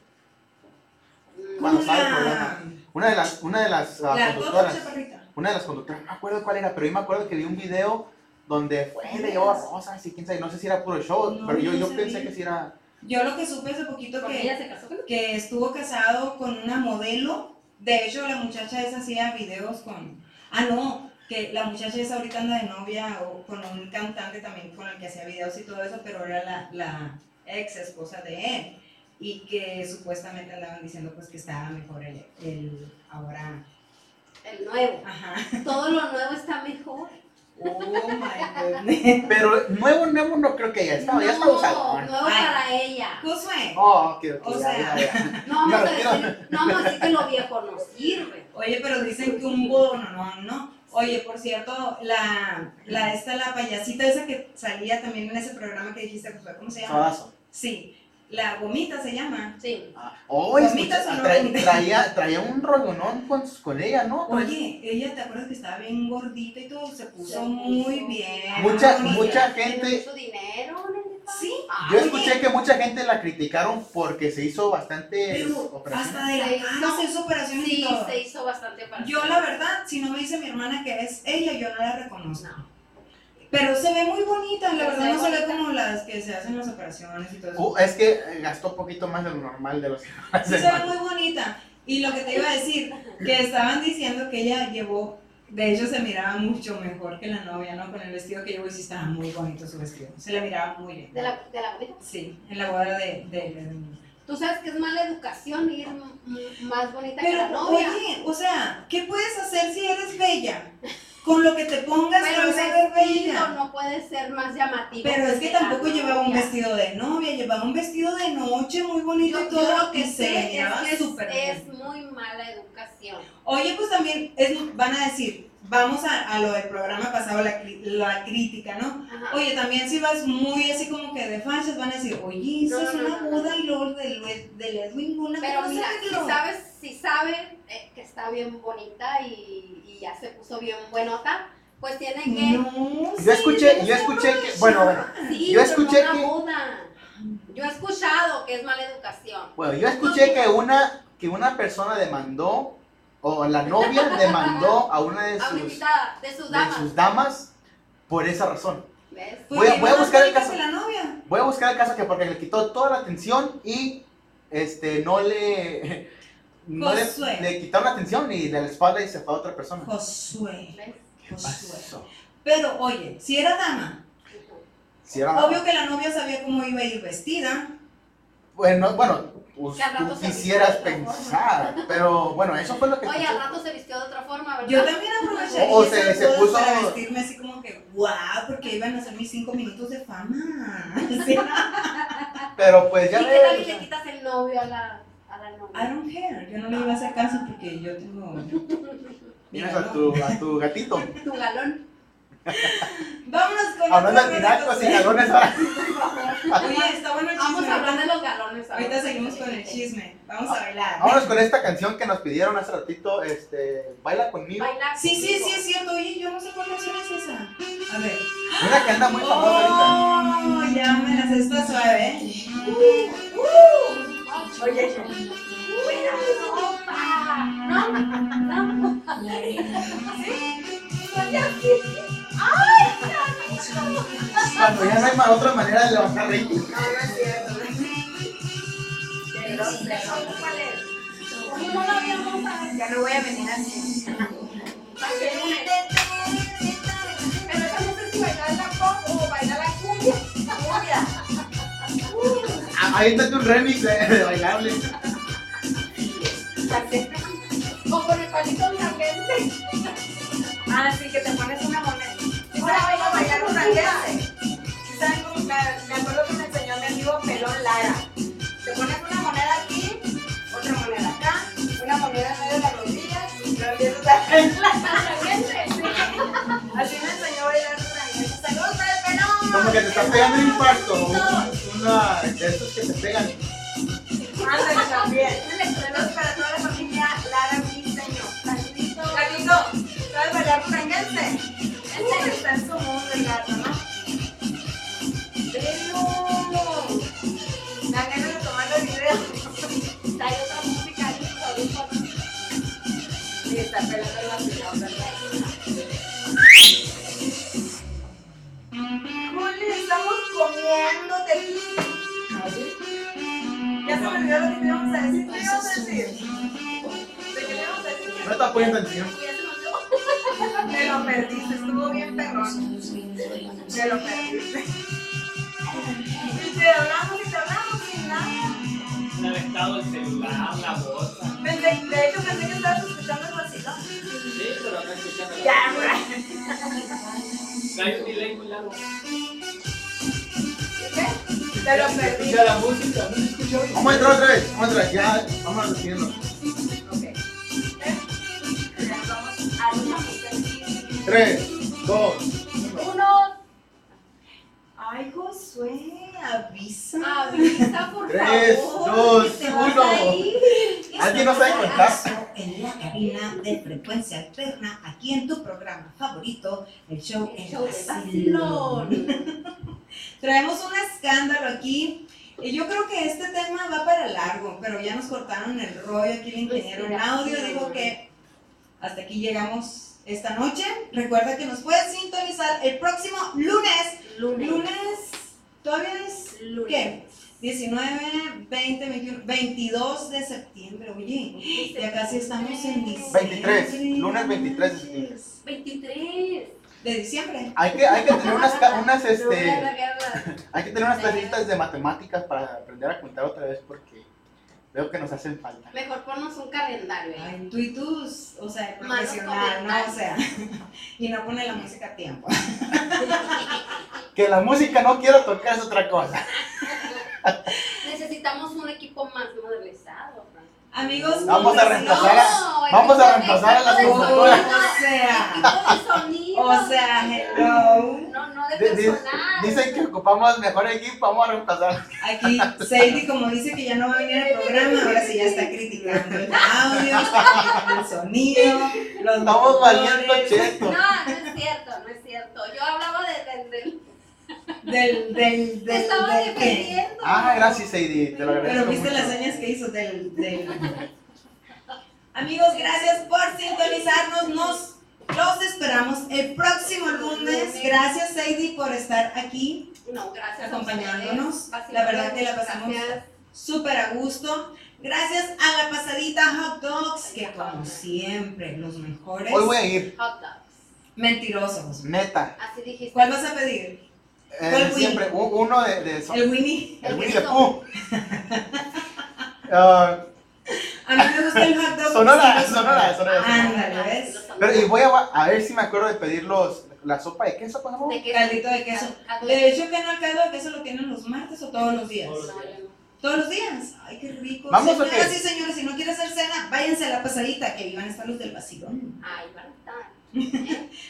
Speaker 8: Mm,
Speaker 2: Cuando
Speaker 1: Con
Speaker 2: sale el
Speaker 1: la-
Speaker 2: programa. Una de las, una de las ah,
Speaker 1: La gorda
Speaker 2: conductoras.
Speaker 1: chaparrita.
Speaker 2: Una de las conductoras, no me acuerdo cuál era, pero yo me acuerdo que vi un video donde fue, le llevó a Rosas y quién sabe, no sé si era puro show,
Speaker 1: No,
Speaker 2: pero yo,
Speaker 1: no
Speaker 2: yo
Speaker 1: sabía.
Speaker 2: pensé que sí era.
Speaker 1: Yo lo que supe hace poquito
Speaker 8: Porque
Speaker 1: que,
Speaker 8: ella se casó con
Speaker 1: que estuvo casado con una modelo. De hecho, la muchacha esa hacía videos con... Ah, no, que la muchacha esa ahorita anda de novia o con un cantante también con el que hacía videos y todo eso, pero era la, la ex esposa de él. y que supuestamente andaban diciendo pues que estaba mejor el, el ahora.
Speaker 3: El nuevo. Todo lo nuevo está mejor.
Speaker 1: Oh my
Speaker 2: Pero nuevo, nuevo no creo que haya estado, ya está usado.
Speaker 3: nuevo para ella.
Speaker 1: Josué.
Speaker 2: Oh, ok, ok,
Speaker 1: O
Speaker 2: ya,
Speaker 1: sea,
Speaker 2: ya, ya.
Speaker 3: No vamos,
Speaker 2: Me
Speaker 3: a
Speaker 2: refiero-
Speaker 3: decir, no vamos a decir que lo viejo no sirve.
Speaker 1: Oye, pero dicen que un bono, no, no. Oye, por cierto, la, la esta, la payasita esa que salía también en ese programa que dijiste, Josué, ¿cómo se llama?
Speaker 2: Sodazo.
Speaker 1: Sí, la gomita se llama.
Speaker 3: Sí.
Speaker 2: Oh, escucha,
Speaker 1: ¿Gomitas o no
Speaker 2: tra-
Speaker 1: gomitas?
Speaker 2: traía, traía un rolonón con, con ella, ¿no?
Speaker 1: Oye, ella, ¿te acuerdas que estaba bien gordita y todo? Se puso
Speaker 3: Se puso.
Speaker 1: muy bien.
Speaker 2: Mucha-
Speaker 1: Oye,
Speaker 2: mucha
Speaker 3: Tiene
Speaker 2: gente-
Speaker 3: mucho dinero, Ah, neta.
Speaker 1: Sí,
Speaker 2: Yo
Speaker 1: oye,
Speaker 2: escuché que mucha gente la criticaron porque se hizo bastante
Speaker 1: Pero hasta de la
Speaker 3: Sí,
Speaker 1: cara se hizo operaciones y
Speaker 3: Sí,
Speaker 1: todo.
Speaker 3: se hizo bastante para
Speaker 1: Yo, la verdad, si no me dice mi hermana que es ella, yo no la reconozco.
Speaker 3: No.
Speaker 1: Pero se ve muy bonita, la
Speaker 3: Pero
Speaker 1: verdad,
Speaker 3: se ve
Speaker 1: no se ve
Speaker 3: bonita.
Speaker 1: como las que se hacen las operaciones y todo eso.
Speaker 2: Uh, es que eh, gastó poquito más de lo normal de los que
Speaker 1: Sí, se ve muy bonita. Y lo que te iba a decir, que estaban diciendo que ella llevó, de hecho se miraba mucho mejor que la novia, ¿no? Con el vestido que llevó y sí estaba muy bonito su vestido. Se le miraba muy bien.
Speaker 3: De la, de la comida.
Speaker 1: Sí, en la boda de... de- de-
Speaker 3: Tú sabes que es mala educación ir m- m- más bonita que
Speaker 1: Pero,
Speaker 3: la novia.
Speaker 1: oye, o sea, ¿qué puedes hacer si eres bella? Con lo que te pongas
Speaker 3: Pero
Speaker 1: no
Speaker 3: el
Speaker 1: vas a ver
Speaker 3: vestido
Speaker 1: bella.
Speaker 3: no puede ser más llamativo.
Speaker 1: Pero es que
Speaker 3: la
Speaker 1: tampoco llevaba un
Speaker 3: novia.
Speaker 1: vestido de novia, llevaba un vestido de noche muy bonito
Speaker 3: Yo,
Speaker 1: y todo
Speaker 3: yo
Speaker 1: lo que se miraba
Speaker 3: es,
Speaker 1: súper bien.
Speaker 3: es muy mala educación.
Speaker 1: Oye, pues también es- van a decir, vamos a, a lo del programa pasado, la, cri- la crítica, ¿no?
Speaker 3: Ajá.
Speaker 1: Oye, también si vas muy así como que de fachas, van a decir, oye, eso
Speaker 3: No,
Speaker 1: es
Speaker 3: no,
Speaker 1: una
Speaker 3: no, no,
Speaker 1: boda y luego del del Edwin Luna.
Speaker 3: Pero
Speaker 1: ¿cómo
Speaker 3: mira, si
Speaker 1: sacarlo?
Speaker 3: sabes, si sabe eh, que está bien bonita y, y ya se puso bien buenota, pues tiene que...
Speaker 1: No,
Speaker 2: Yo escuché, yo escuché que, bueno, bueno,
Speaker 3: Sí,
Speaker 2: Yo
Speaker 3: pero
Speaker 2: escuché
Speaker 3: no una
Speaker 2: que-
Speaker 3: boda. Yo he escuchado que es mala educación.
Speaker 2: bueno, yo escuché que una, que una persona demandó, o la novia demandó a una de
Speaker 3: A una
Speaker 2: sus,
Speaker 3: invitada de sus
Speaker 2: de
Speaker 3: damas.
Speaker 2: sus damas por esa razón.
Speaker 3: ¿Ves?
Speaker 1: Pues
Speaker 2: voy a-
Speaker 1: lleva
Speaker 2: voy a
Speaker 1: más
Speaker 2: buscar el
Speaker 1: bonita
Speaker 2: caso.
Speaker 1: que la novia.
Speaker 2: Voy a buscar el caso que porque le quitó toda la atención y este no le no le,
Speaker 1: Josué.
Speaker 2: le quitaron la atención y de la espalda y se fue a otra persona.
Speaker 1: Josué,
Speaker 3: ¿Ves?
Speaker 1: Josué.
Speaker 2: Eso.
Speaker 1: Pero oye, si era dama,
Speaker 2: Sí, era-
Speaker 1: obvio que la novia sabía cómo iba a ir vestida.
Speaker 2: Bueno, bueno, pues,
Speaker 3: Que al rato
Speaker 2: tú
Speaker 3: se
Speaker 2: quisieras
Speaker 3: viste de otra
Speaker 2: pensar, pero bueno, eso fue lo que
Speaker 3: Oye,
Speaker 2: escuché.
Speaker 3: al rato se vistió de otra forma, ¿verdad?
Speaker 1: Yo también aprovecharía
Speaker 2: O- o
Speaker 1: esas
Speaker 2: se- se
Speaker 1: bodas
Speaker 2: puso-
Speaker 1: para vestirme así como que, guau, porque iban a ser mis cinco minutos de fama. O sea,
Speaker 2: Pero pues ya
Speaker 3: ¿Y qué tal
Speaker 2: ves,
Speaker 3: y le quitas el novio a la, a la
Speaker 1: I
Speaker 3: novia?
Speaker 1: don't care, yo no le iba a hacer caso porque yo tengo...
Speaker 2: Tienes
Speaker 1: Mira,
Speaker 2: a tu, a tu gatito.
Speaker 3: Tu galón.
Speaker 1: Vámonos con
Speaker 2: Hablando pues,
Speaker 1: otro
Speaker 2: de
Speaker 1: reto,
Speaker 2: tinacos y
Speaker 1: ¿eh?
Speaker 2: galones ahora.
Speaker 1: Oye, está bueno el chisme.
Speaker 3: Vamos a hablar de los galones. ahora.
Speaker 1: Ahorita seguimos con el chisme. Vamos a bailar.
Speaker 2: Vámonos con esta canción que nos pidieron hace ratito, este, Baila conmigo.
Speaker 3: Baila
Speaker 1: Sí, sí,
Speaker 3: conmigo.
Speaker 1: sí, es cierto. Oye, yo no sé cuál canción es esa. A ver.
Speaker 2: Una que anda muy famosa ahorita.
Speaker 1: Oh, ya me las está suave, ¿eh?
Speaker 4: Oye,
Speaker 3: Buena ropa. No, no, no.
Speaker 2: Cuando ya no hay ma- otra manera de levantar rating.
Speaker 4: no, no es cierto. Qué grosero.
Speaker 3: ¿Cuál es? ¿Cómo no la habíamos a-
Speaker 4: Ya no voy a venir así.
Speaker 3: hacer una-
Speaker 4: Pero esa no sé si bailar la pop o bailar la cumbia. Cumbia.
Speaker 2: Ah, Ahí está tu remix de, de bailable.
Speaker 4: O con el palito en la gente. Ah, sí, que te pones una moneda. Ahora voy a bailar una vez. ¿Saben cómo? Me, me acuerdo que me enseñó mi amigo Pelón Lara. Te pones una moneda aquí, otra moneda acá, una moneda en medio de las rodillas y luego empiezas a hacer la gente. Así me enseñó a bailar una ¡Saludos para el pelón!
Speaker 2: Como que te está pegando un infarto. un- Una de esos que te pegan.
Speaker 4: Ándale también. Saludos para toda la familia Lara Briseño. Gatito, ¿sabes bailar ruranguense? Este está en su mundo el gato, ¿no? ¡Velo! La ganas de tomar los videos.
Speaker 3: Hay otra música ahí, audífonos.
Speaker 4: Sí, está pelando la pelota. Juli, estamos comiendo Ya se me olvidó lo que te íbamos a decir. ¿Qué íbamos a decir? ¿De qué le íbamos a decir?
Speaker 2: No te apoyan atención.
Speaker 4: Me lo perdiste, estuvo bien perrón. Me lo perdiste. Y te hablamos y te hablamos y nada.
Speaker 9: lado, el celular, la bolsa.
Speaker 10: Pensé- de hecho, pensé que estabas escuchando el vacilón.
Speaker 9: Sí, pero no escuchando.
Speaker 10: Ya,
Speaker 9: Hay un delay muy largo.
Speaker 10: ¿Qué? Te lo perdí.
Speaker 9: Escucha la música, no escucho.
Speaker 2: Vamos a entrar otra vez, vamos a entrar, ya, vamos a decirlo.
Speaker 10: Ya, Vamos a una mujer.
Speaker 2: 3, 2,
Speaker 10: Uno.
Speaker 1: Ay, Josué, avisa.
Speaker 3: Avisa, por
Speaker 2: 3,
Speaker 3: favor.
Speaker 2: 2,
Speaker 1: te vas
Speaker 2: 1.
Speaker 1: a ir.
Speaker 2: Alguien no sabe contar.
Speaker 1: Este En la cabina de frecuencia alterna, aquí en tu programa favorito, el show
Speaker 3: El
Speaker 1: El
Speaker 3: show de
Speaker 1: Vacilón.
Speaker 3: vacilón.
Speaker 1: Traemos un escándalo aquí. Y yo creo que este tema va para largo, pero ya nos cortaron el rollo aquí el
Speaker 3: Pues
Speaker 1: ingeniero en audio. Dijo que hasta aquí llegamos esta noche. Recuerda que nos puedes sintonizar el próximo lunes.
Speaker 3: Lunes.
Speaker 1: Lunes, todavía es ¿Qué? 19, 20, 21, 22 de septiembre, oye. Ya casi estamos en diciembre.
Speaker 2: 23, lunes 23 de septiembre.
Speaker 3: 23.
Speaker 1: De diciembre.
Speaker 2: Hay que, hay que tener unas, ca- unas,
Speaker 3: Lo voy a
Speaker 2: este,
Speaker 3: regalar.
Speaker 2: hay que tener unas clasitas de matemáticas para aprender a contar otra vez porque veo que nos hacen falta.
Speaker 3: Mejor ponnos un calendario. ¿eh?
Speaker 1: Ay, tú y tus, o sea, el
Speaker 3: Malos
Speaker 1: profesional, ¿no? O
Speaker 3: comentarios.
Speaker 1: sea, y no pone la música a tiempo.
Speaker 2: Que la música no quiero tocar es otra cosa.
Speaker 3: Necesitamos un equipo más modernizado. Fran.
Speaker 1: Amigos,
Speaker 2: Vamos a
Speaker 1: sí.
Speaker 2: reemplazar a- vamos a reemplazar a la
Speaker 3: equipo de
Speaker 1: O
Speaker 2: computadora.
Speaker 3: sonido,
Speaker 1: sea,
Speaker 3: equipo de sonido.
Speaker 1: o sea, hello.
Speaker 3: No, no de
Speaker 2: Di- di-
Speaker 3: personal.
Speaker 2: Dicen que ocupamos mejor equipo, vamos a reemplazar.
Speaker 1: Aquí Sadie, como dice que ya no va a venir al programa, ahora sí ya está criticando el audio, el sonido, los
Speaker 2: Estamos valiendo
Speaker 1: motores.
Speaker 3: No,
Speaker 2: cheto.
Speaker 3: no es cierto, no es cierto. Yo hablaba de, de, de-
Speaker 1: Del, del, del,
Speaker 3: te estaba
Speaker 1: del qué.
Speaker 3: defendiendo.
Speaker 2: Ah, gracias, Sadie, te lo agradezco.
Speaker 1: Pero viste
Speaker 2: mucho.
Speaker 1: las señas que hizo del, del... Amigos, gracias por sintonizarnos. Nos los esperamos el próximo lunes. Gracias, Sadie, por estar aquí.
Speaker 3: No, gracias.
Speaker 1: Acompañándonos. La verdad que la pasamos Súper a gusto. Gracias a la pasadita Hot Dogs, que como siempre, los mejores.
Speaker 2: Hoy voy a ir,
Speaker 3: Hot dogs.
Speaker 1: Mentirosos.
Speaker 2: neta.
Speaker 3: Así dijiste.
Speaker 1: ¿Cuál vas a pedir?
Speaker 2: Eh,
Speaker 1: ¿Cuál
Speaker 2: siempre, u- uno de, de so-
Speaker 1: El Winnie.
Speaker 2: El
Speaker 3: El
Speaker 2: Winnie the
Speaker 3: Winnie
Speaker 2: Pooh. Ah,
Speaker 1: A mí me gusta el hot dog.
Speaker 2: Sonora,
Speaker 1: Sí, los-
Speaker 2: Sonora, Sonora.
Speaker 1: Ándale, ¿ves?
Speaker 2: pero y voy a, gua- a ver si me acuerdo de pedir los, la sopa de queso, por favor.
Speaker 3: De queso.
Speaker 1: Caldito de queso.
Speaker 3: Caldo de
Speaker 1: De hecho, que no, el caldo de queso lo tienen los martes o todos los días.
Speaker 9: Todos los
Speaker 3: queso.
Speaker 1: Todos los días. Ay, qué rico.
Speaker 2: ¿Vamos o
Speaker 1: Señoras
Speaker 2: qué?
Speaker 1: y señores, si no quieren hacer cena, váyanse a la pasadita, que iban a estar los del vacilón.
Speaker 3: Ay, van a estar.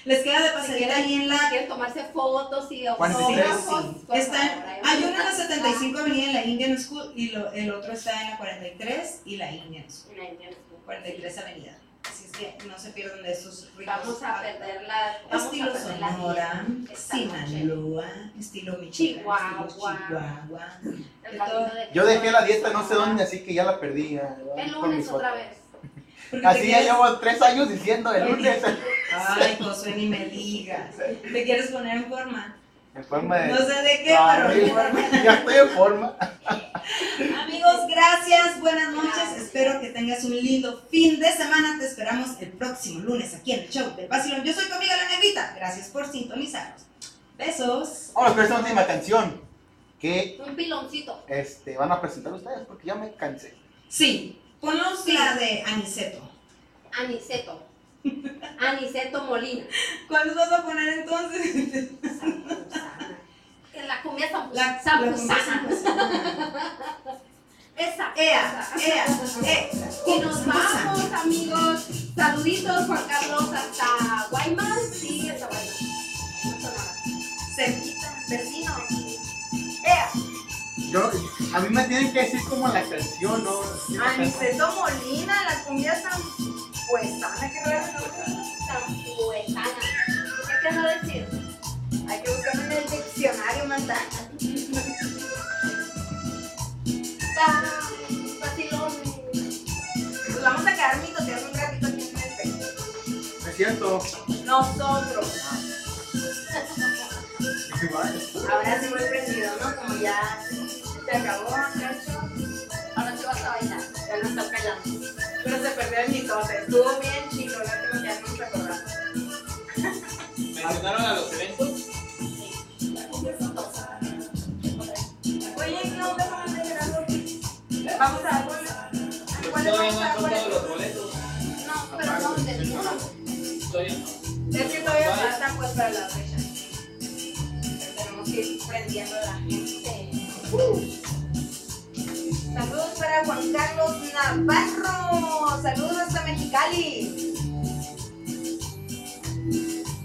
Speaker 1: Les queda de pasadita ahí en la
Speaker 3: Quieren tomarse fotos y
Speaker 2: ¿Cuántos?
Speaker 3: autógrafos. por
Speaker 1: Están,
Speaker 3: favor, ahí van a
Speaker 1: hay uno en la
Speaker 3: estar.
Speaker 1: 75 Avenida en la Indian School y lo- el otro está en la 43 y la Indian School.
Speaker 3: En la Indian School.
Speaker 1: 43 Avenida. Así es que no se pierdan de esos ricos.
Speaker 3: Vamos a perder la. Vamos a
Speaker 1: Estilo
Speaker 3: perder la
Speaker 1: Sonora,
Speaker 3: vida esta noche.
Speaker 1: Sinaloa, estilo Michoacán,
Speaker 3: Chihuahua.
Speaker 1: estilo Chihuahua.
Speaker 3: El caldo de
Speaker 2: Yo
Speaker 3: queso.
Speaker 2: dejé la dieta no sé dónde, así que ya la perdí. ya, ya,
Speaker 3: El
Speaker 2: con mis
Speaker 3: lunes otra
Speaker 2: fotos.
Speaker 3: vez.
Speaker 1: Porque te
Speaker 2: Así ya
Speaker 1: quieres-
Speaker 2: llevo tres años diciendo el lunes
Speaker 1: Ay, Josué, ni me digas. ¿Te quieres poner en forma?
Speaker 2: en forma de...
Speaker 1: No sé de qué,
Speaker 2: Ah,
Speaker 1: pero en forma.
Speaker 2: Ya estoy en forma.
Speaker 1: Amigos, gracias, buenas noches. Espero que tengas un lindo fin de semana. Te esperamos el próximo lunes aquí en el show del Basilón. Yo soy tu amiga la Negrita. Gracias por sintonizarnos. Besos.
Speaker 2: Vamos con esta última canción que
Speaker 3: Un piloncito.
Speaker 2: este, van a presentar ustedes porque ya me cansé.
Speaker 1: Sí, ponnos la de Aniceto.
Speaker 3: Aniceto. Aniceto Molina.
Speaker 1: ¿Cuáles vas a poner entonces?
Speaker 3: Sampusana. En la cumbia san
Speaker 1: La,
Speaker 3: Sampusana. Esa.
Speaker 1: Ea, ea, ea.
Speaker 3: Y nos vamos, amigos. Saluditos, Juan Carlos, hasta Guaymas. Sí, hasta Guaymas. Sonora.
Speaker 1: Cerquita, vecino.
Speaker 2: Yo, a mí me tienen que decir como la canción, ¿no? Sí, la canción.
Speaker 10: Aniceto Molina, la cumbia tan puestana, qué raro ¿no?
Speaker 3: Sampusana. ¿Qué quiero decir?
Speaker 10: Hay que buscarlo en el diccionario, manda.
Speaker 3: Pa- Vacilón.
Speaker 10: Nos Pues vamos a quedar mitoteando un ratito aquí en el Facebook.
Speaker 2: Es cierto.
Speaker 10: Nosotros. Ahora sí muy prendido, ¿no? Como ya se acabó, Nacho.
Speaker 3: Ahora sí vas a bailar. Ya no estás pelando.
Speaker 10: Pero se perdió el mitote. Estuvo bien chido, ya tengo que mucho recordar.
Speaker 9: ¿Mencionaron a los eventos?
Speaker 10: Oye, no me van a regalar algo. Vamos a darle
Speaker 9: Todavía no
Speaker 1: está
Speaker 9: han
Speaker 1: por
Speaker 9: comprado los
Speaker 1: el-
Speaker 9: boletos.
Speaker 1: No, pero no, del mundo.
Speaker 9: Todavía no.
Speaker 1: Es que todavía falta pues para la fecha. Pero tenemos que ir prendiendo a la gente. Saludos para Juan Carlos Navarro. Saludos hasta Mexicali.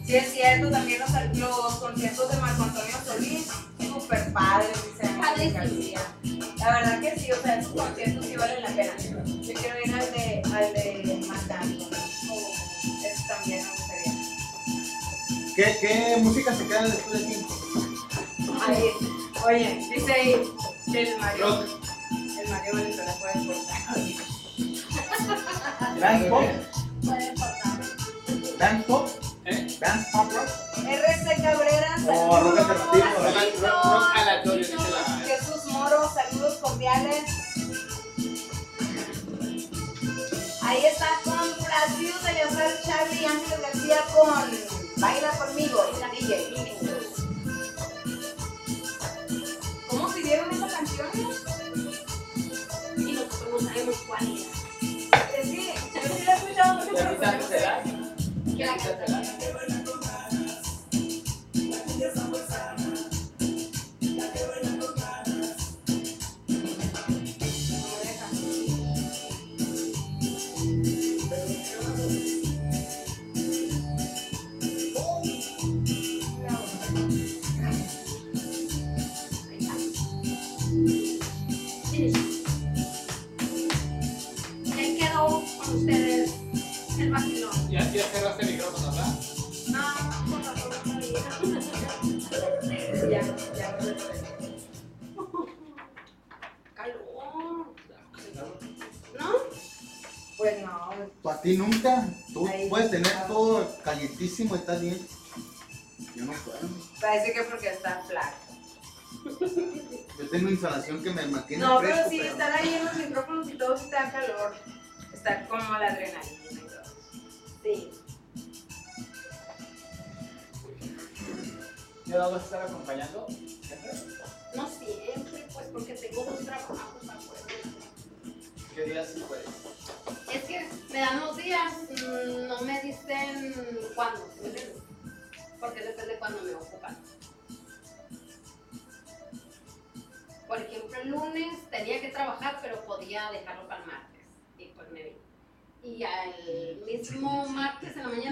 Speaker 1: Sí, es cierto, también los, los conciertos de Marco Antonio Solís, súper padres, dice Ángel García. La verdad que sí, o sea, esos conciertos sí valen la pena. Yo quiero ir al de, al de Marc Anthony. Eso también me gustaría.
Speaker 2: ¿Qué, qué música se queda después de aquí?
Speaker 1: Ahí, oye, dice ahí que el Mario, el Mario Valenzuela puede cortar.
Speaker 2: Dance pop,
Speaker 1: Puede cortar.
Speaker 2: dance pop,
Speaker 9: ¿Eh?
Speaker 2: dance pop. rock.
Speaker 1: RC Cabrera,
Speaker 2: Oh, rock alternativo, rock-
Speaker 1: saludos.
Speaker 9: rock- rock aleatorio, dice la-
Speaker 1: Jesús Moro, saludos cordiales. Ahí está complacido de Yosar Charlie Ángeles García con Baila conmigo, la DJ. ¿Cómo pidieron esa canción?
Speaker 3: Y nosotros no sabemos cuál era.
Speaker 1: Es que yo sí la he escuchado mucho,
Speaker 9: ¿Ya
Speaker 1: pero
Speaker 9: quitaste
Speaker 1: no sé.
Speaker 9: el arte?
Speaker 3: Que la
Speaker 9: ¿Quitaste el arte?
Speaker 3: Ahí quedó con ustedes el vacilón.
Speaker 9: ¿Ya ya cerraste el micrófono, ¿verdad?
Speaker 3: Ah, por favor, no me digan.
Speaker 1: Ya, ya.
Speaker 3: Calor.
Speaker 1: ¿No? Pues no.
Speaker 2: Para ti nunca. Tú
Speaker 1: Ahí.
Speaker 2: puedes tener todo calientísimo, estás bien. Yo no puedo.
Speaker 1: Parece que porque está flaco.
Speaker 2: Yo tengo insolación que me mantiene
Speaker 1: No,
Speaker 2: fresco.
Speaker 1: pero sí, estar ahí en los micrófonos y todo sí te da calor. Está como la adrenalina y todo. Sí.
Speaker 9: ¿Ya no vas a estar acompañando?
Speaker 3: No siempre, pues porque tengo dos trabajos acuerdo.
Speaker 9: ¿Qué días sí puedes?
Speaker 3: Es que me dan los días, mm, no me dicen cuándo, ¿sí me entiendes? porque depende de cuándo me ocupan. Por ejemplo, el lunes tenía que trabajar, pero podía dejarlo para el martes, y pues me vi. Y al mismo martes en la mañana